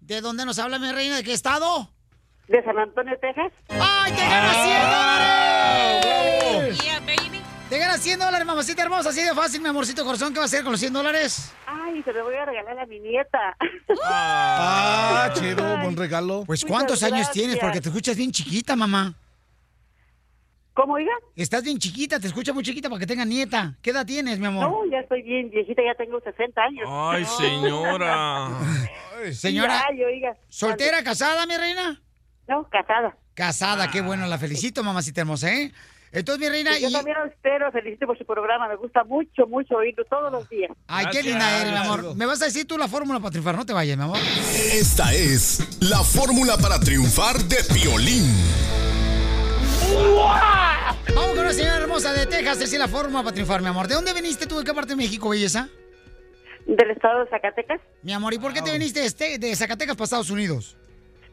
¿De dónde nos habla mi reina? ¿De qué estado?
De San Antonio, Texas.
¡Ay, te ganas 100 dólares! Te ganas 100 dólares, mamacita hermosa, así de fácil, mi amorcito corazón. ¿Qué va a hacer con los 100 dólares?
Ay, se lo voy a regalar a mi nieta.
Ah, chido, buen regalo.
Pues, ¿cuántos
Muchas
años tienes?
gracias.
Porque te escuchas bien chiquita, mamá.
¿Cómo diga?
Estás bien chiquita, te escuchas muy chiquita para que tenga nieta. ¿Qué edad tienes, mi amor?
No, ya estoy bien viejita, ya tengo 60 años.
Ay, señora.
Señora,
Ay, oiga.
¿soltera, casada, mi reina?
No, casada.
Casada, qué bueno, la felicito, mamacita hermosa, ¿eh? Entonces, mi reina,
Y Pues Yo
y-
también a usted lo felicito por su programa. Me gusta mucho, mucho oírlo todos los días.
Ay, qué linda eres, mi amor. Me vas a decir tú la fórmula para triunfar, no te vayas, mi amor.
Esta es la fórmula para triunfar de violín.
Vamos con una señora hermosa de Texas, esa es la fórmula para triunfar, mi amor. ¿De dónde viniste tú? ¿De qué parte de México, belleza?
Del estado de Zacatecas.
Mi amor, ¿y por qué te viniste de este- de Zacatecas para Estados Unidos?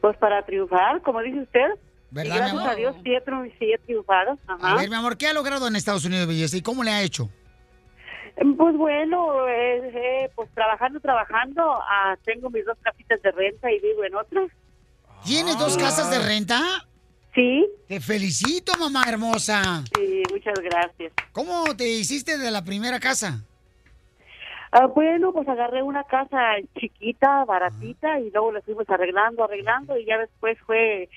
Pues para triunfar, como dice usted.
¿Verdad,
y gracias
mi amor?
a Dios sí he, triun- sí he triunfado. Ajá.
A ver, mi amor, ¿qué ha logrado en Estados Unidos, belleza? ¿Y cómo le ha hecho?
Pues bueno, eh, eh, pues trabajando, trabajando, ah, tengo mis dos casitas de renta y vivo en otra. Ah.
¿Tienes dos casas de renta?
Sí.
Te felicito, mamá hermosa.
Sí, muchas gracias.
¿Cómo te hiciste de la primera casa?
Ah, bueno, pues agarré una casa chiquita, baratita, y luego la fuimos arreglando, arreglando, y ya después fue,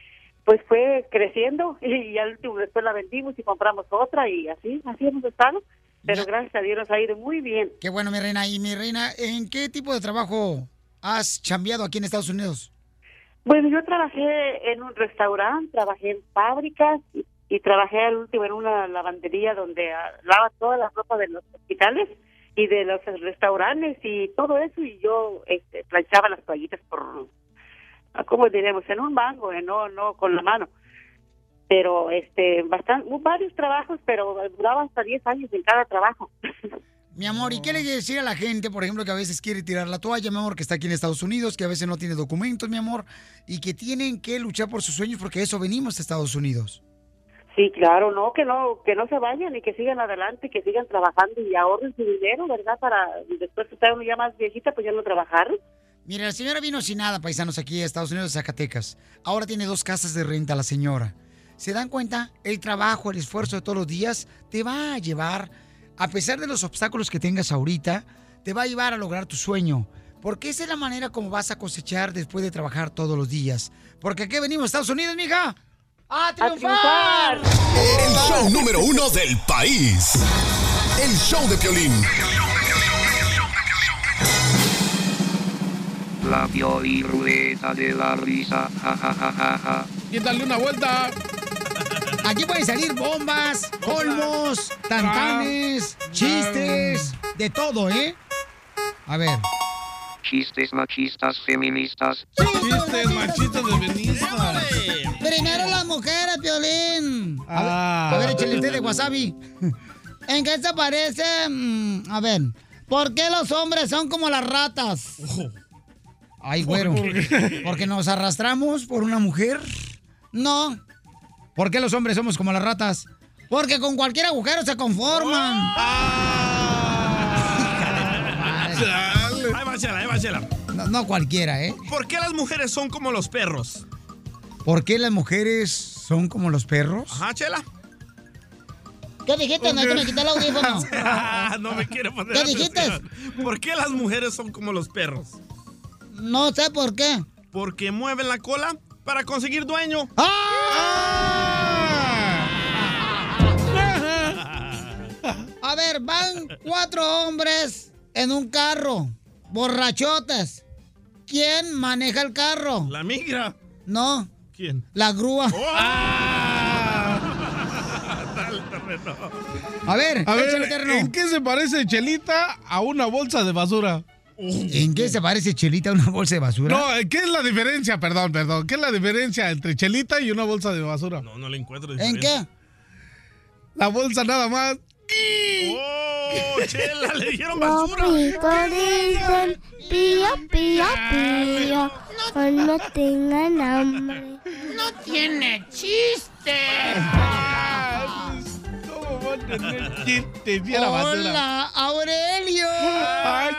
pues fue creciendo, <laughs> y al último después la vendimos y compramos otra, y así, así hemos estado. Pero gracias a Dios nos ha ido muy bien.
Qué bueno, mi reina. Y mi reina, ¿en qué tipo de trabajo has chambeado aquí en Estados Unidos?
Bueno, yo trabajé en un restaurante, trabajé en fábricas, y, y trabajé al último en una lavandería donde ah, lava toda la ropa de los hospitales y de los restaurantes y todo eso, y yo este, planchaba las toallitas por ah, ¿cómo diremos? En un mango, eh, no, no con la mano. Pero eh, este, bastante, varios trabajos, pero duraba hasta 10 años en cada trabajo.
Mi amor, ¿y qué le decir a la gente, por ejemplo, que a veces quiere tirar la toalla, mi amor, que está aquí en Estados Unidos, que a veces no tiene documentos, mi amor, y que tienen que luchar por sus sueños porque eso venimos a Estados Unidos?
Sí, claro, no, que no, que no se vayan y que sigan adelante, que sigan trabajando y ahorren su dinero, ¿verdad? Para después que estar uno ya más viejita, pues ya no trabajar.
Mira, la señora vino sin nada, paisanos, aquí a Estados Unidos, Zacatecas. Ahora tiene dos casas de renta la señora. ¿Se dan cuenta? El trabajo, el esfuerzo de todos los días te va a llevar, a pesar de los obstáculos que tengas ahorita, te va a llevar a lograr tu sueño. Porque esa es la manera como vas a cosechar después de trabajar todos los días. Porque aquí venimos, Estados Unidos, mija. ¡A triunfar!
El show número uno del país. El show de Piolín.
La Pioli Ruleta de la Risa. Ja, ja, ja, ja, ja.
Y darle una vuelta.
Aquí pueden salir bombas, colmos, tantanes, chistes, de todo, ¿eh? A ver.
Chistes machistas feministas.
Chistes machistas de feministas.
Primero las mujeres, Piolín. A ver, a ver échale usted de wasabi. <laughs> ¿En qué se parece? Mm, A ver. ¿Por qué los hombres son como las ratas? Oh. Ay, güero. ¿Porque nos arrastramos por una mujer? No. ¿Por qué los hombres somos como las ratas? Porque con cualquier agujero se conforman.
Ahí va, Chela, ahí va, Chela.
No, no cualquiera, ¿eh?
¿Por qué las mujeres son como los perros?
¿Por qué las mujeres son como los perros?
Ajá, Chela.
¿Qué dijiste? No, es que me quité el
<laughs>
audífono.
Ah, no me quiero poner.
¿Qué
atención.
dijiste?
¿Por qué las mujeres son como los perros?
No sé por qué.
Porque mueven la cola para conseguir dueño.
¡Ah!
Ah.
A ver, van cuatro hombres en un carro, borrachotas. ¿Quién maneja el carro?
La migra.
No,
¿Quién? Oh.
la grúa. A ver,
A
échale,
ver,
terno.
¿en qué se parece Chelita a una bolsa de basura? eh,
¿En qué se parece Chelita a una bolsa de basura?
No, eh, ¿qué es la diferencia? Perdón, perdón. ¿Qué es la diferencia entre Chelita y una bolsa de basura?
No, no le encuentro.
¿En qué?
La bolsa nada más.
¡Oh, Chela! ¡Le dieron
Los
basura!
picos dicen pío, pío, pío. Solo tengan hambre.
No tiene chiste.
¿Cómo va a tener chiste si era basura?
Hola, Aurelio.
¡Ay,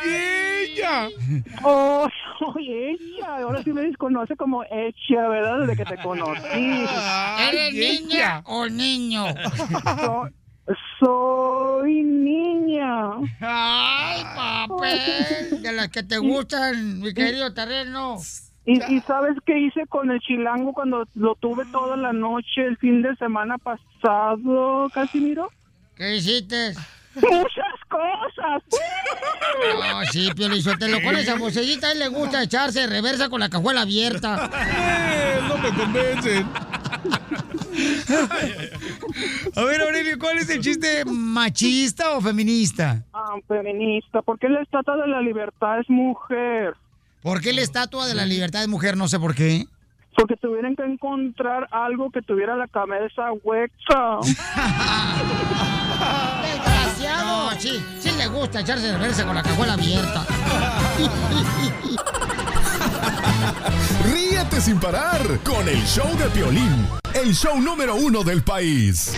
ella!
Oh, soy ella. Ahora sí me desconoce como ella, ¿verdad? Desde que te conocí.
¿Eres niña o niño?
So- soy niña.
Ay, papel. De las que te gustan, mi querido terreno.
¿Y, y sabes qué hice con el chilango cuando lo tuve toda la noche el fin de semana pasado, Casimiro?
¿Qué hiciste?
Muchas cosas.
No, sí, Piolizotelo, con esa vocellita a él le gusta echarse reversa con la cajuela abierta.
Eh, ¡No me convencen!
A ver, Aurelio, ¿cuál es el chiste machista o feminista?
<laughs> Ah, feminista, ¿por qué la estatua de la libertad es mujer?
¿Por qué la estatua de la libertad de mujer? No sé por qué.
Porque tuvieran que encontrar algo que tuviera la cabeza
<laughs>
hueca.
¡Desgraciado! No, sí, sí le gusta echarse reversa con la cajuela abierta.
Ríete sin parar con el show de Piolín, el show número uno del país.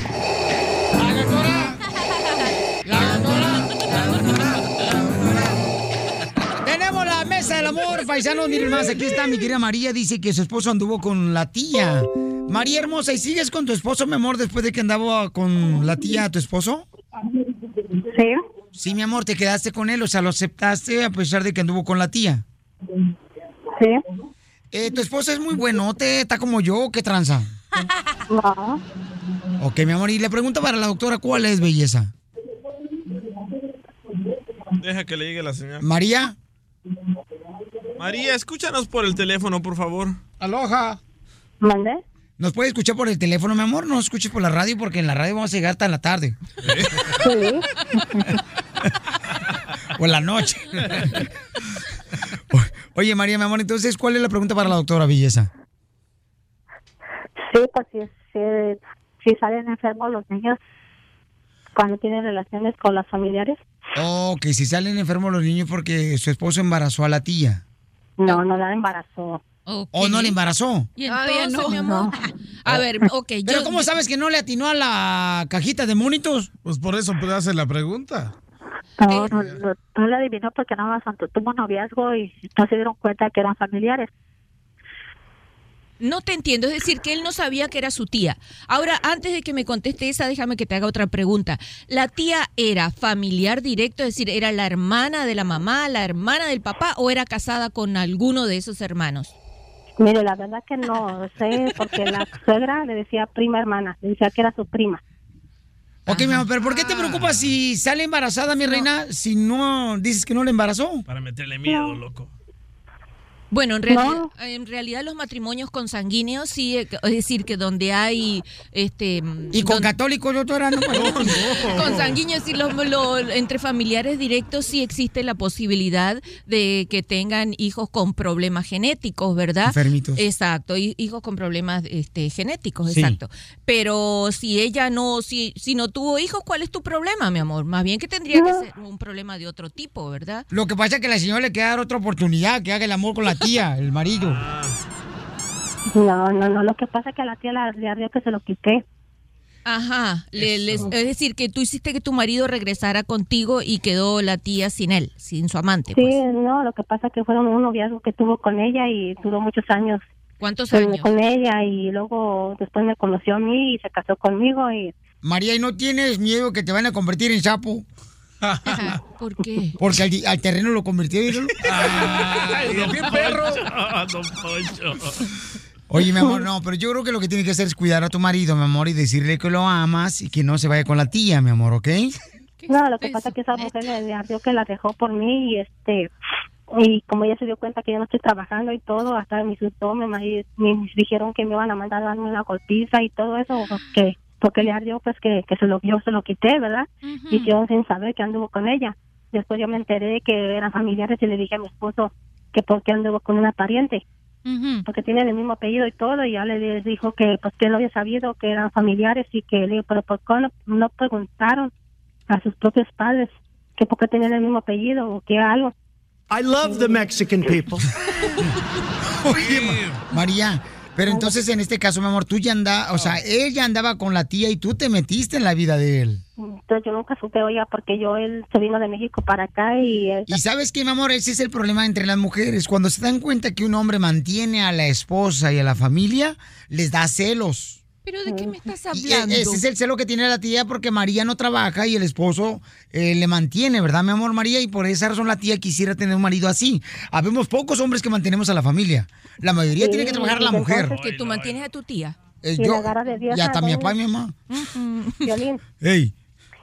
Tenemos la mesa del amor, paisanos. Miren más, aquí está mi querida María. Dice que su esposo anduvo con la tía. María hermosa, ¿y sigues con tu esposo, mi amor, después de que andaba con la tía tu esposo?
Sí.
Sí, mi amor, te quedaste con él, o sea, lo aceptaste a pesar de que anduvo con la tía.
Sí.
Eh, tu esposo es muy buenote, está como yo, ¿qué tranza?
No.
Ok, mi amor, y le pregunta para la doctora, ¿cuál es belleza?
Deja que le llegue la señal.
María,
María, escúchanos por el teléfono, por favor.
¡Aloja!
¿Mandé?
¿nos puede escuchar por el teléfono, mi amor? No escuches por la radio porque en la radio vamos a llegar hasta la tarde
Sí.
<laughs> o en la noche. <laughs> O- Oye, María, mi amor, entonces, ¿cuál es la pregunta para la doctora belleza?
Sí, pues si, si, si salen enfermos los niños,
cuando tienen relaciones con las familiares.
Oh, que si salen enfermos los niños porque su esposo embarazó a la tía.
No, no la embarazó.
¿O no le embarazó? Oh.
Y entonces, mi amor. A ver, ok. Yo,
¿Pero cómo sabes que no le atinó a la cajita de monitos?
Pues por eso te hace la pregunta.
No, no, no, no la adivinó porque nada más tuvo noviazgo y no se dieron cuenta que eran familiares.
No te entiendo, es decir, que él no sabía que era su tía. Ahora, antes de que me conteste esa, déjame que te haga otra pregunta. ¿La tía era familiar directo, es decir, era la hermana de la mamá, la hermana del papá o era casada con alguno de esos hermanos?
Mire, la verdad que no sé, porque la suegra le decía prima hermana, le decía que era su prima.
Ok, mi amor, pero ¿por qué te preocupas si sale embarazada, mi reina, si no dices que no le embarazó?
Para meterle miedo, loco.
Bueno, en realidad, en realidad los matrimonios consanguíneos sí, es decir, que donde hay este
y con católicos
<laughs>
doctora no,
consanguíneos sí, los, lo- entre familiares directos sí existe la posibilidad de que tengan hijos con problemas genéticos, ¿verdad?
Enfermitos.
Exacto, hi- hijos con problemas este, genéticos,
Sí.
exacto. Pero si ella no si si no tuvo hijos, ¿cuál es tu problema, mi amor? Más bien que tendría que ser un problema de otro tipo, ¿verdad?
Lo que pasa es que la señora le queda dar otra oportunidad, que haga el amor con la tía, el marido.
Ah.
No, no, no, lo que pasa es que a la tía la, le ardió que se lo quité.
Ajá, le- les- es decir, que tú hiciste que tu marido regresara contigo y quedó la tía sin él, sin su amante. pues.
Sí, no, lo que pasa es que fueron un noviazgo que tuvo con ella y duró muchos años.
¿Cuántos
años? Con ella y luego después me conoció a mí y se casó conmigo y
María, ¿y no tienes miedo que te van a convertir en sapo?
¿Por qué?
Porque al, di- al terreno lo convirtieron.
Ah. don
qué
Poncho,
perro!
<laughs>
Don Poncho.
Oye, mi amor, no, pero yo creo que lo que tienes que hacer es cuidar a tu marido, mi amor, y decirle que lo amas y que no se vaya con la tía, mi amor, ¿ok?
No, lo que pasa es que esa mujer le, le ardió que la dejó por mí y este y como ella se dio cuenta que yo no estoy trabajando y todo, hasta me insultó, me, ma- y me dijeron que me iban a mandar a darme una golpiza y todo eso, porque, porque le ardió pues que, que se lo, yo se lo quité, ¿verdad? Y yo sin saber que anduvo con ella. Después yo me enteré que eran familiares y le dije a mi esposo que por qué anduvo con una pariente, porque tienen el mismo apellido y todo, y ya le le dijo que pues que él había sabido que eran familiares y que le digo, pero ¿por qué no- no preguntaron? a sus propios padres, que porque tenían el mismo apellido o que algo.
I love the Mexican people.
<laughs> Oye, Ma- María, pero entonces en este caso, mi amor, tú ya andabas, o sea, ella andaba con la tía y tú te metiste en la vida de él.
Entonces yo nunca supe, oiga, porque yo él se vino de México para acá y él-
Y sabes que, mi amor, ese es el problema entre las mujeres. Cuando se dan cuenta que un hombre mantiene a la esposa y a la familia, les da celos.
¿Pero de qué me estás
Y e-
hablando?
ese es el celo que tiene la tía porque María no trabaja y el esposo eh, le mantiene, ¿verdad, mi amor María? Y por esa razón la tía quisiera tener un marido así. Habemos pocos hombres que mantenemos a la familia. La mayoría tiene que trabajar la mujer.
Que tú mantienes a tu tía.
Eh,
y la agarra de
y
vieja,
hasta mi
¿no?
papá y mi mamá.
Violín.
Ey.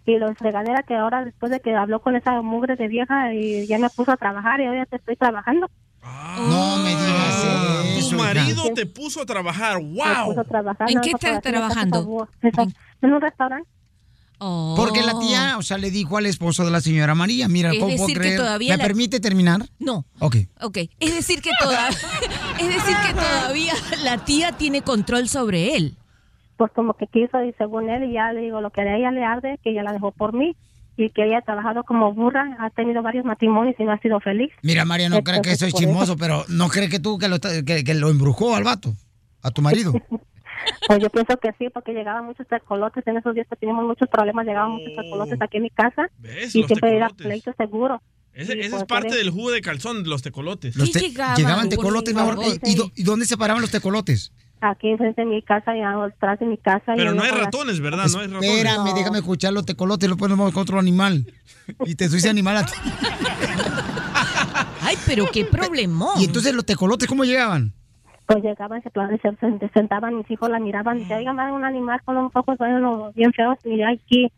Y los regadera que ahora después de que habló con esa mugre de vieja y ya me puso a trabajar y ahora te estoy trabajando.
No me digas
Tu
eso.
marido te puso a trabajar.
Me puso a
¡Wow!
trabajar,
¿En
nada
qué
más
estás
para hacer una casa
trabajando?
favor. Esa- En un restaurante.
Porque la tía, o sea, le dijo al esposo de la señora María, mira,
Oh. Es
¿cómo puedo
decir que
creer?
todavía
¿Me
la-
permite terminar?
No.
Ok.
Ok, es decir que toda, <laughs> es decir que todavía la tía tiene control sobre él.
pues como que quiso y según él y ya le digo lo que a ella le arde que ella la dejó por mí y que ella ha trabajado como burra ha tenido varios matrimonios y no ha sido feliz
Mira, María, no crees que
Entonces,
soy
por eso-
chismoso, pero ¿no crees que tú que lo, ta- que, que lo embrujó al vato? A tu
<laughs>
marido.
pues yo pienso que sí porque llegaban muchos tecolotes en esos días que teníamos muchos problemas llegaban muchos tecolotes aquí en mi casa
Oh. ¿Ves?
y
Los
siempre era
tecolotes.
pleito seguro
Ese,
Sí,
ese es
pues,
parte
eres-
del jugo de calzón, los tecolotes.
Los te- llegaban tecolotes, mi amor. ¿Y, y do- y dónde se paraban los tecolotes?
aquí enfrente de mi casa y atrás de mi casa y
Pero
ahí
no hay
con las-
ratones, ¿verdad? No hay ratones.
Espérame, déjame escuchar los tecolotes, después nos vamos con otro animal. Y te suiza animal a ti.
Ay, pero qué problemón.
Y entonces los tecolotes, ¿cómo llegaban?
pues llegaban se, plan- se- se sentaban mis hijos la miraban y decían oigan va un animal con unos ojos bueno, bien feos mira aquí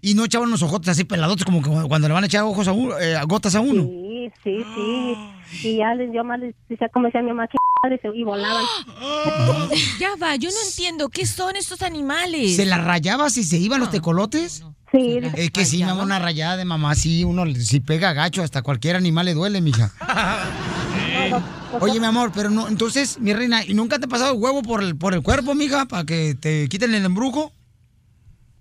Y no echaban los ojotes así peladotes, como que cuando le van a echar ojos a uno, eh, gotas a uno.
Sí, sí, sí. Y ya les, yo más les decía, como decía mi mamá, "Qué madre",
<gasps>
y volaban.
Ya va, yo no entiendo qué son estos animales.
Ah. ¿Se las rayabas y se iban los tecolotes?
Sí.
Es que sí, mi amor, una rayada de mamá, sí, uno si pega gacho, hasta cualquier animal le duele,
<laughs>
mija. Oye, mi amor, pero no, entonces, mi reina, ¿y nunca te ha pasado el huevo por el, por el cuerpo, mija, para que te quiten el embrujo?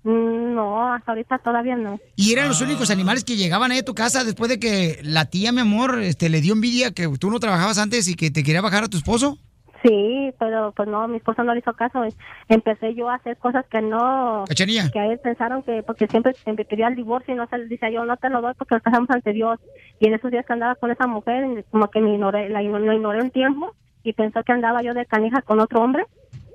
Mm, No, hasta ahorita todavía no.
Y eran
Ah.
los únicos animales que llegaban ahí a tu casa después de que la tía, mi amor, este, le dio envidia que tú no trabajabas antes y que te quería bajar a tu esposo.
Sí, pero pues no, mi esposo no le hizo caso. Empecé yo a hacer cosas que no...
Cachanilla.
Que a él pensaron que... Porque siempre, siempre pedía el divorcio y no se le decía yo, no te lo doy porque lo casamos ante Dios. Y en esos días que andaba con esa mujer, como que me ignoré, la, igno- lo ignoré un tiempo y pensó que andaba yo de canija con otro hombre.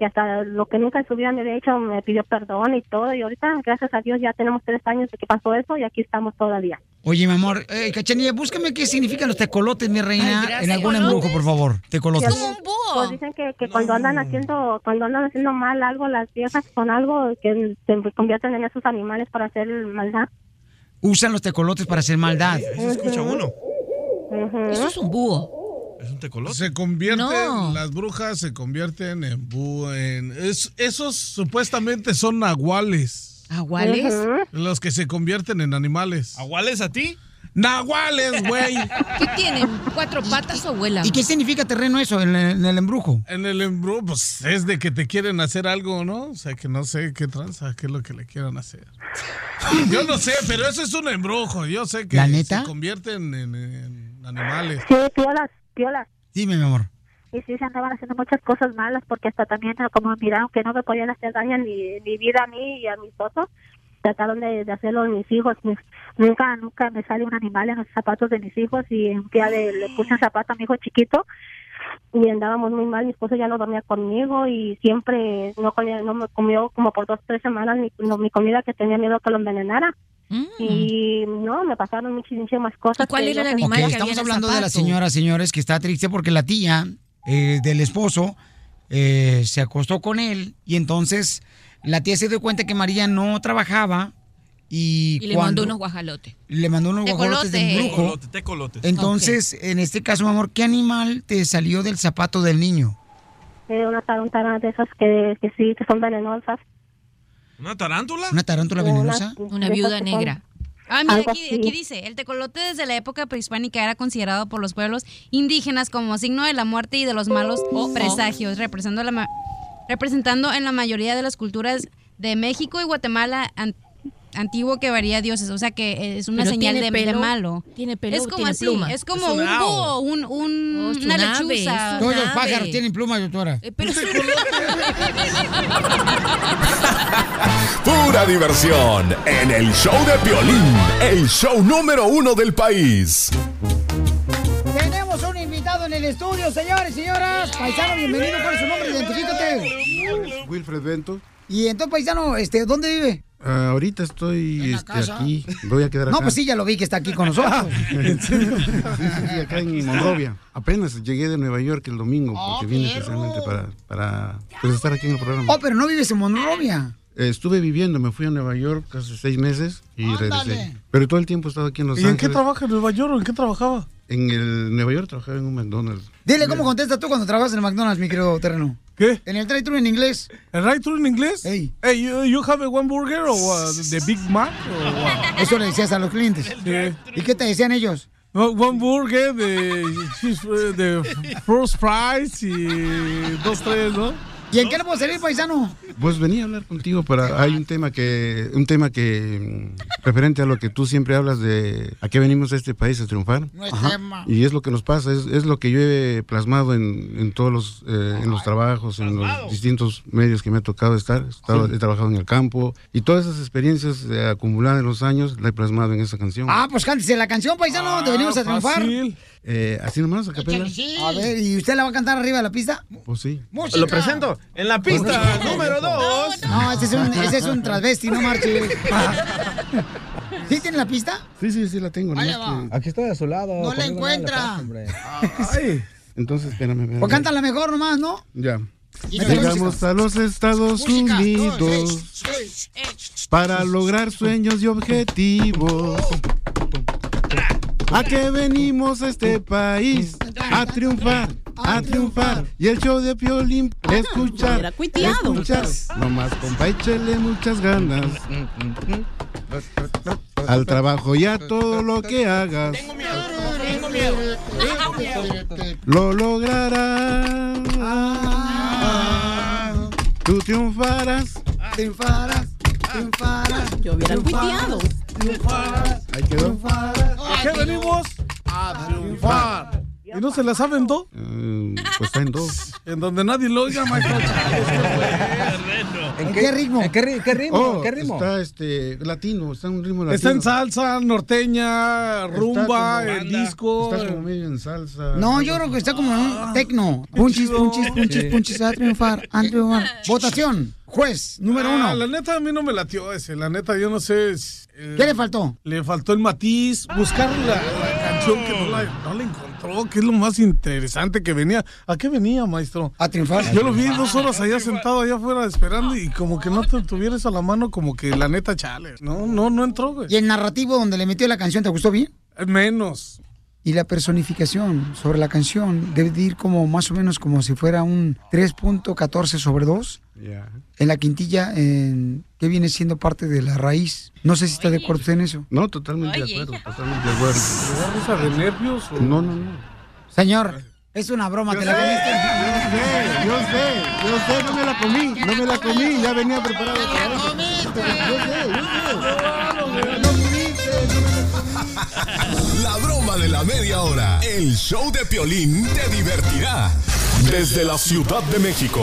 Y hasta lo que nunca en su vida me había hecho, me pidió perdón y todo. Y ahorita, gracias a Dios, ya tenemos tres años de que pasó eso y aquí estamos todavía.
Oye, mi amor, eh, Cachanilla, búscame qué significan los tecolotes, mi reina,
Ay, gracias.
en algún embrujo, por favor. Tecolotes.
Pues dicen que, que cuando andan haciendo cuando andan haciendo mal algo las viejas con algo que se convierten en esos animales para hacer maldad.
Usan los tecolotes para hacer maldad.
escucha Ujú. uno.
Eso es un búho.
¿Es un tecolote? Se convierten,
No.
las brujas se convierten en búho. en- es- esos supuestamente son nahuales.
¿Nahuales? Ujú.
Los que se convierten en animales.
¿Nahuales a ti?
¡Nahuales,
<laughs>
güey!
¿Qué tienen? ¿Cuatro patas, abuela?
Pues, ¿Y qué significa terreno eso en, en el embrujo?
En el embrujo, pues es de que te quieren hacer algo, ¿no? O sea, que no sé qué tranza, qué es lo que le quieran hacer. Yo no sé, pero eso es un embrujo. Yo sé que
¿La neta?
se convierten en, en animales.
Sí, piolas, piolas.
Dime, mi amor.
Y sí, se andaban haciendo muchas cosas malas porque hasta también ah, como miraron que no me podían hacer daño ni mi vida a mí y a mi esposo. Trataron de, de hacerlo a mis hijos. Mis- nunca, nunca me sale un animal en los zapatos de mis hijos y un día le, le puse un zapato a mi hijo chiquito y andábamos muy mal. Mi esposo ya no dormía conmigo y siempre no, comía- no me comió como por dos, tres semanas mi, no, mi comida que tenía miedo que lo envenenara. Y no, me pasaron muchísimas cosas.
Mm. cuál
que
era el
no
animal
Ok,
tenía.
estamos hablando de la señora, señores, que está triste porque la tía eh, del esposo eh, se acostó con él y entonces la tía se dio cuenta que María no trabajaba y,
Y le
cuando-
mandó unos guajalotes.
le mandó unos guajolotes de brujo.
Tecolote, tecolotes.
Entonces, en este caso, mi amor, ¿qué animal te salió del zapato del niño?
Eh, una tarántula de esas que, que sí, que son venenosas.
¿Una tarántula?
¿Una tarántula
Una-
venenosa?
Una viuda negra.
Ah, mira,
Algo
aquí,
así.
aquí dice, el tecolote desde la época prehispánica era considerado por los pueblos indígenas como signo de la muerte y de los malos
Oh,
presagios, representando, la ma- representando en la mayoría de las culturas de México y Guatemala an- antiguo que varía dioses, o sea que es una
Pero
señal
tiene
de
pelo,
malo.
tiene pelo,
es como
tiene
así,
pluma.
es como
Es
un,
un ave.
búho, un, un-
Oh, es
una
un ave,
lechuza.
Todos los pájaros tienen plumas, doctora.
Pura diversión en el show de violín, el show número uno del país.
<laughs> Tenemos un invitado en el estudio, señores y señoras. Paisano, bienvenido. ¿Cuál es su nombre? Identifícate.
Wilfred Bento.
Y entonces, paisano, este, ¿dónde vive?
Ah, ahorita estoy este,
casa.
aquí. Voy a quedar acá.
No, pues sí, ya lo vi que está aquí con nosotros.
¿En serio? <laughs> sí, sí, sí, acá en Monrovia. Apenas llegué de Nueva York el domingo
Oh,
porque vine especialmente para, para pues, estar aquí en el programa.
Oh, pero no vives en Monrovia.
Eh, estuve viviendo, me fui a Nueva York hace seis meses y regresé. Pero todo el tiempo he estado aquí en Los
¿Y en qué
Ángeles.
trabaja en Nueva York o en qué trabajaba?
En el Nueva York trabajaba en un McDonald's.
Dile cómo contestas tú cuando trabajas en McDonald's, mi querido terreno. ¿Qué? En el drive-thru en inglés.
¿El drive-thru en inglés?
Hey.
Hey, you, you have a one burger o uh, the Big Mac?
<laughs> Eso le decías a los clientes. ¿Y qué te decían ellos?
one burger, de cheese, eh, de first fries y dos, tres, ¿no?
¿Y en qué le puedo servir, paisano?
Pues venía a hablar contigo para hay un tema que un tema que mm, referente a lo que tú siempre hablas de a qué venimos a este país a triunfar.
No es tema.
Y es lo que nos pasa, es, es lo que yo he plasmado en, en todos los eh, en los trabajos, en los distintos medios que me ha tocado estar, he, estado- he trabajado en el campo y todas esas experiencias eh, acumuladas en los años la he plasmado en esa canción.
Ah, pues cántese la canción, paisano,
Ah,
donde venimos a triunfar.
Eh, así nomás a capela.
A ver, ¿y usted la va a cantar arriba de la pista?
Pues sí. Pues
Música.
Lo presento
en la
pista
número dos.
No, ese es un, ese es un transvesti, no marches. ¿Sí tiene la pista?
Sí, sí, sí la tengo.
Ahí
nomás
va.
que-
Aquí estoy a su lado.
No
conmigo
la
nadie le
encuentra.
pasa, hombre.
Entonces, espérame, espérame.
Pues cántala mejor nomás, ¿no?
Ya.
Y
Llegamos a los Estados Unidos para lograr sueños y objetivos. ¿A qué venimos a este país? A triunfar, a triunfar. Y el show de Piolín, escuchar, escuchar. Nomás, compa, échele muchas ganas. Al trabajo y a todo lo que hagas. Lo lograrás. Tú triunfarás.
Ah. Triunfarás. Yo hubiera cuiteado.
Ahí quedó. ¿A qué venimos?
A
triunfar. ¿Y no se la saben dos?
pues en dos.
En donde nadie lo oiga, <laughs> Michael.
¿En qué ritmo?
¿En qué, ritmo?
Oh, Está este, latino, está en un ritmo latino.
Está en salsa, norteña,
Está como-
rumba, el disco.
Está como medio en salsa.
No, yo creo que está como en un tecno. Punchis, punchis, punchis, punchis, a triunfar, a triunfar. Votación, juez, número
Ah,
uno.
La neta a mí no me latió ese. La neta yo no sé. es- eh,
¿Qué le faltó?
Le faltó el matiz, buscar la, la canción que no la, no la encontró, que es lo más interesante que venía. ¿A qué venía, maestro?
A triunfar.
Yo lo vi dos horas allá sentado allá afuera esperando y como que no te tuvieras a la mano, como que la neta chale. No, no, no entró, güey. Eh,
¿Y el narrativo donde le metió la canción te gustó bien?
Menos.
Y la personificación sobre la canción debe de ir como más o menos como si fuera un 3.14 sobre 2.
Ya.
En la quintilla, en- que viene siendo parte de la raíz. No sé si está de acuerdo usted en eso.
No, totalmente de acuerdo, totalmente de acuerdo.
risa de nervios?
No, no, no.
Señor, es una broma, te la comiste.
Yo sé, yo sé, no me la comí, no me la comí, ya venía preparado. para eso.
La broma de la media hora. El show de Piolín te divertirá. Desde la Ciudad de México,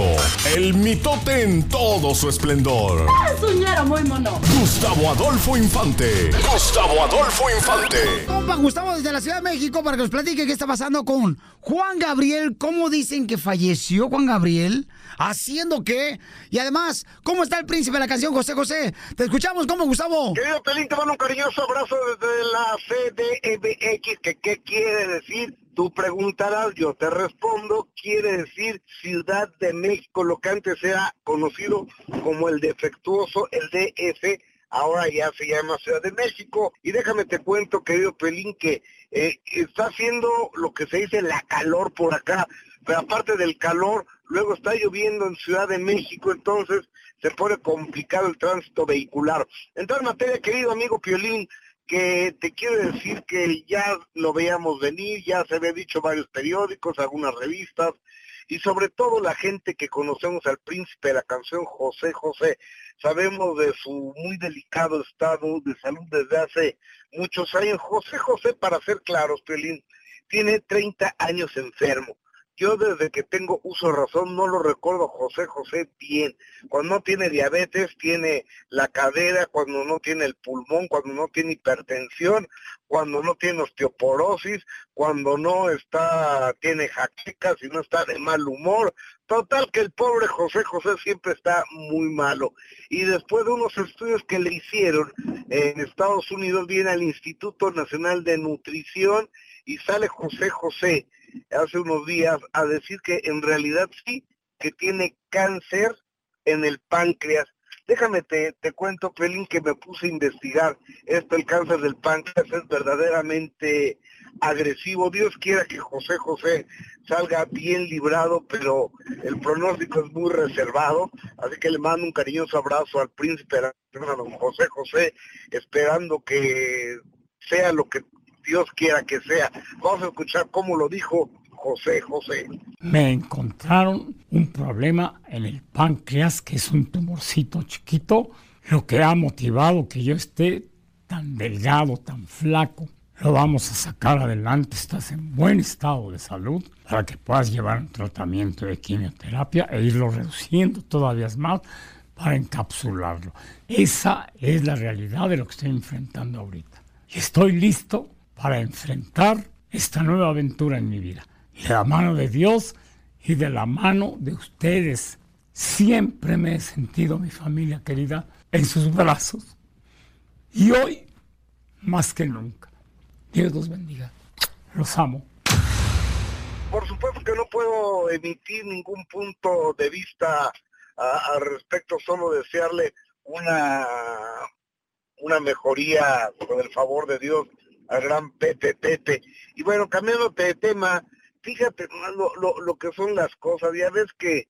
el mitote en todo su esplendor.
Es un ñero muy mono.
Gustavo Adolfo Infante. Gustavo Adolfo Infante.
Compa Gustavo desde la Ciudad de México para que nos platique qué está pasando con Juan Gabriel. ¿Cómo dicen que falleció Juan Gabriel? ¿Haciendo qué? Y además, ¿cómo está el príncipe de la canción José José? Te escuchamos, ¿cómo, Gustavo?
Querido Pelín, te mando un cariñoso abrazo desde la CDMX, que qué quiere decir, tú preguntarás, yo te respondo, quiere decir Ciudad de México, lo que antes era conocido como el defectuoso, el DF, ahora ya se llama Ciudad de México. Y déjame te cuento, querido Pelín, que eh, está haciendo lo que se dice la calor por acá, pero aparte del calor, luego está lloviendo en Ciudad de México, entonces se pone complicado el tránsito vehicular. Entonces, en materia, querido amigo Piolín, que te quiero decir que ya lo veíamos venir, ya se había dicho varios periódicos, algunas revistas, y sobre todo la gente que conocemos al príncipe de la canción José José. Sabemos de su muy delicado estado de salud desde hace muchos años. José José, para ser claros, Piolín, tiene 30 años enfermo. Yo desde que tengo uso de razón no lo recuerdo a José José bien. Cuando no tiene diabetes, tiene la cadera, cuando no tiene el pulmón, cuando no tiene hipertensión, cuando no tiene osteoporosis, cuando no está, tiene jaquecas y no está de mal humor. Total que el pobre José José siempre está muy malo. Y después de unos estudios que le hicieron en Estados Unidos, viene al Instituto Nacional de Nutrición y sale José José hace unos días a decir que en realidad sí, que tiene cáncer en el páncreas. Déjame te, te cuento, Pelín, que me puse a investigar esto, el cáncer del páncreas es verdaderamente agresivo. Dios quiera que José José salga bien librado, pero el pronóstico es muy reservado. Así que le mando un cariñoso abrazo al príncipe, a don José José, esperando que sea lo que Dios quiera que sea. Vamos a escuchar cómo lo dijo José José.
Me encontraron un problema en el páncreas, que es un tumorcito chiquito, lo que ha motivado que yo esté tan delgado, tan flaco. Lo vamos a sacar adelante, estás en buen estado de salud para que puedas llevar un tratamiento de quimioterapia e irlo reduciendo todavía más para encapsularlo. Esa es la realidad de lo que estoy enfrentando ahorita. Y estoy listo para enfrentar esta nueva aventura en mi vida. Y de la mano de Dios y de la mano de ustedes. Siempre me he sentido, mi familia querida, en sus brazos. Y hoy, más que nunca. Dios los bendiga. Los amo.
Por supuesto que no puedo emitir ningún punto de vista a- al respecto, solo desearle una, una mejoría con el favor de Dios al gran Pepe Pepe. Y bueno, cambiándote de tema, fíjate nomás lo, lo, lo que son las cosas, ya ves que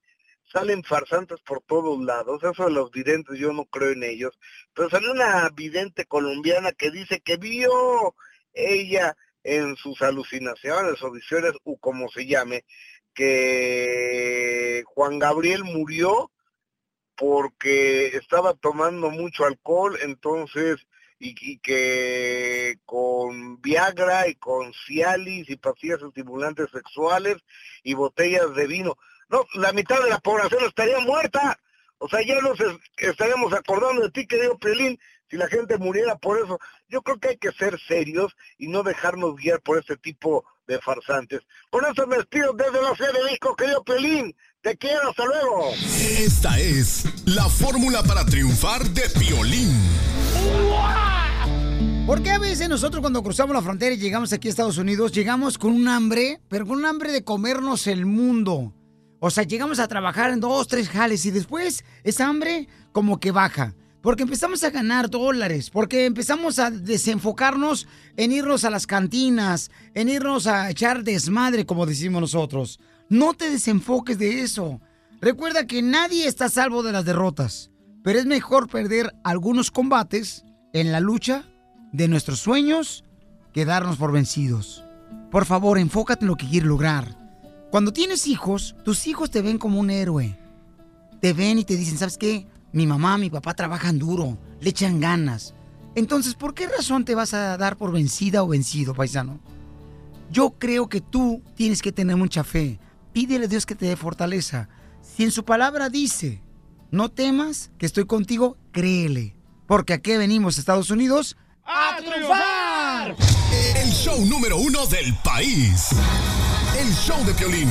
salen farsantes por todos lados, eso de los videntes yo no creo en ellos, pero salió una vidente colombiana que dice que vio ella en sus alucinaciones o visiones o como se llame, que Juan Gabriel murió porque estaba tomando mucho alcohol, entonces, y, y que con Viagra y con Cialis y pastillas estimulantes sexuales y botellas de vino. No, la mitad de la población estaría muerta. O sea, ya nos es- estaríamos acordando de ti, querido Pelín, si la gente muriera por eso. Yo creo que hay que ser serios y no dejarnos guiar por este tipo de farsantes. Con eso me despido desde la Ciudad de México, querido Pelín. Te quiero, hasta luego.
Esta es la fórmula para triunfar de Piolín.
¿Por qué a veces nosotros cuando cruzamos la frontera y llegamos aquí a Estados Unidos, llegamos con un hambre, pero con un hambre de comernos el mundo? O sea, llegamos a trabajar en dos, tres jales y después esa hambre como que baja. Porque empezamos a ganar dólares, porque empezamos a desenfocarnos en irnos a las cantinas, en irnos a echar desmadre, como decimos nosotros. No te desenfoques de eso. Recuerda que nadie está a salvo de las derrotas, pero es mejor perder algunos combates en la lucha de nuestros sueños que darnos por vencidos. Por favor, enfócate en lo que quieres lograr. Cuando tienes hijos, tus hijos te ven como un héroe. Te ven y te dicen, ¿sabes qué? Mi mamá, mi papá trabajan duro, le echan ganas. Entonces, ¿por qué razón te vas a dar por vencida o vencido, paisano? Yo creo que tú tienes que tener mucha fe. Pídele a Dios que te dé fortaleza. Si en su palabra dice, no temas, que estoy contigo, créele. Porque aquí venimos, Estados Unidos,
¡A triunfar! El show número uno del país. El show de Piolín.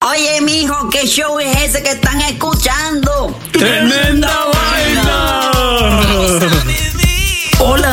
Oye, mijo, ¿qué show es ese que están escuchando?
¡Tremenda
vaina! Hola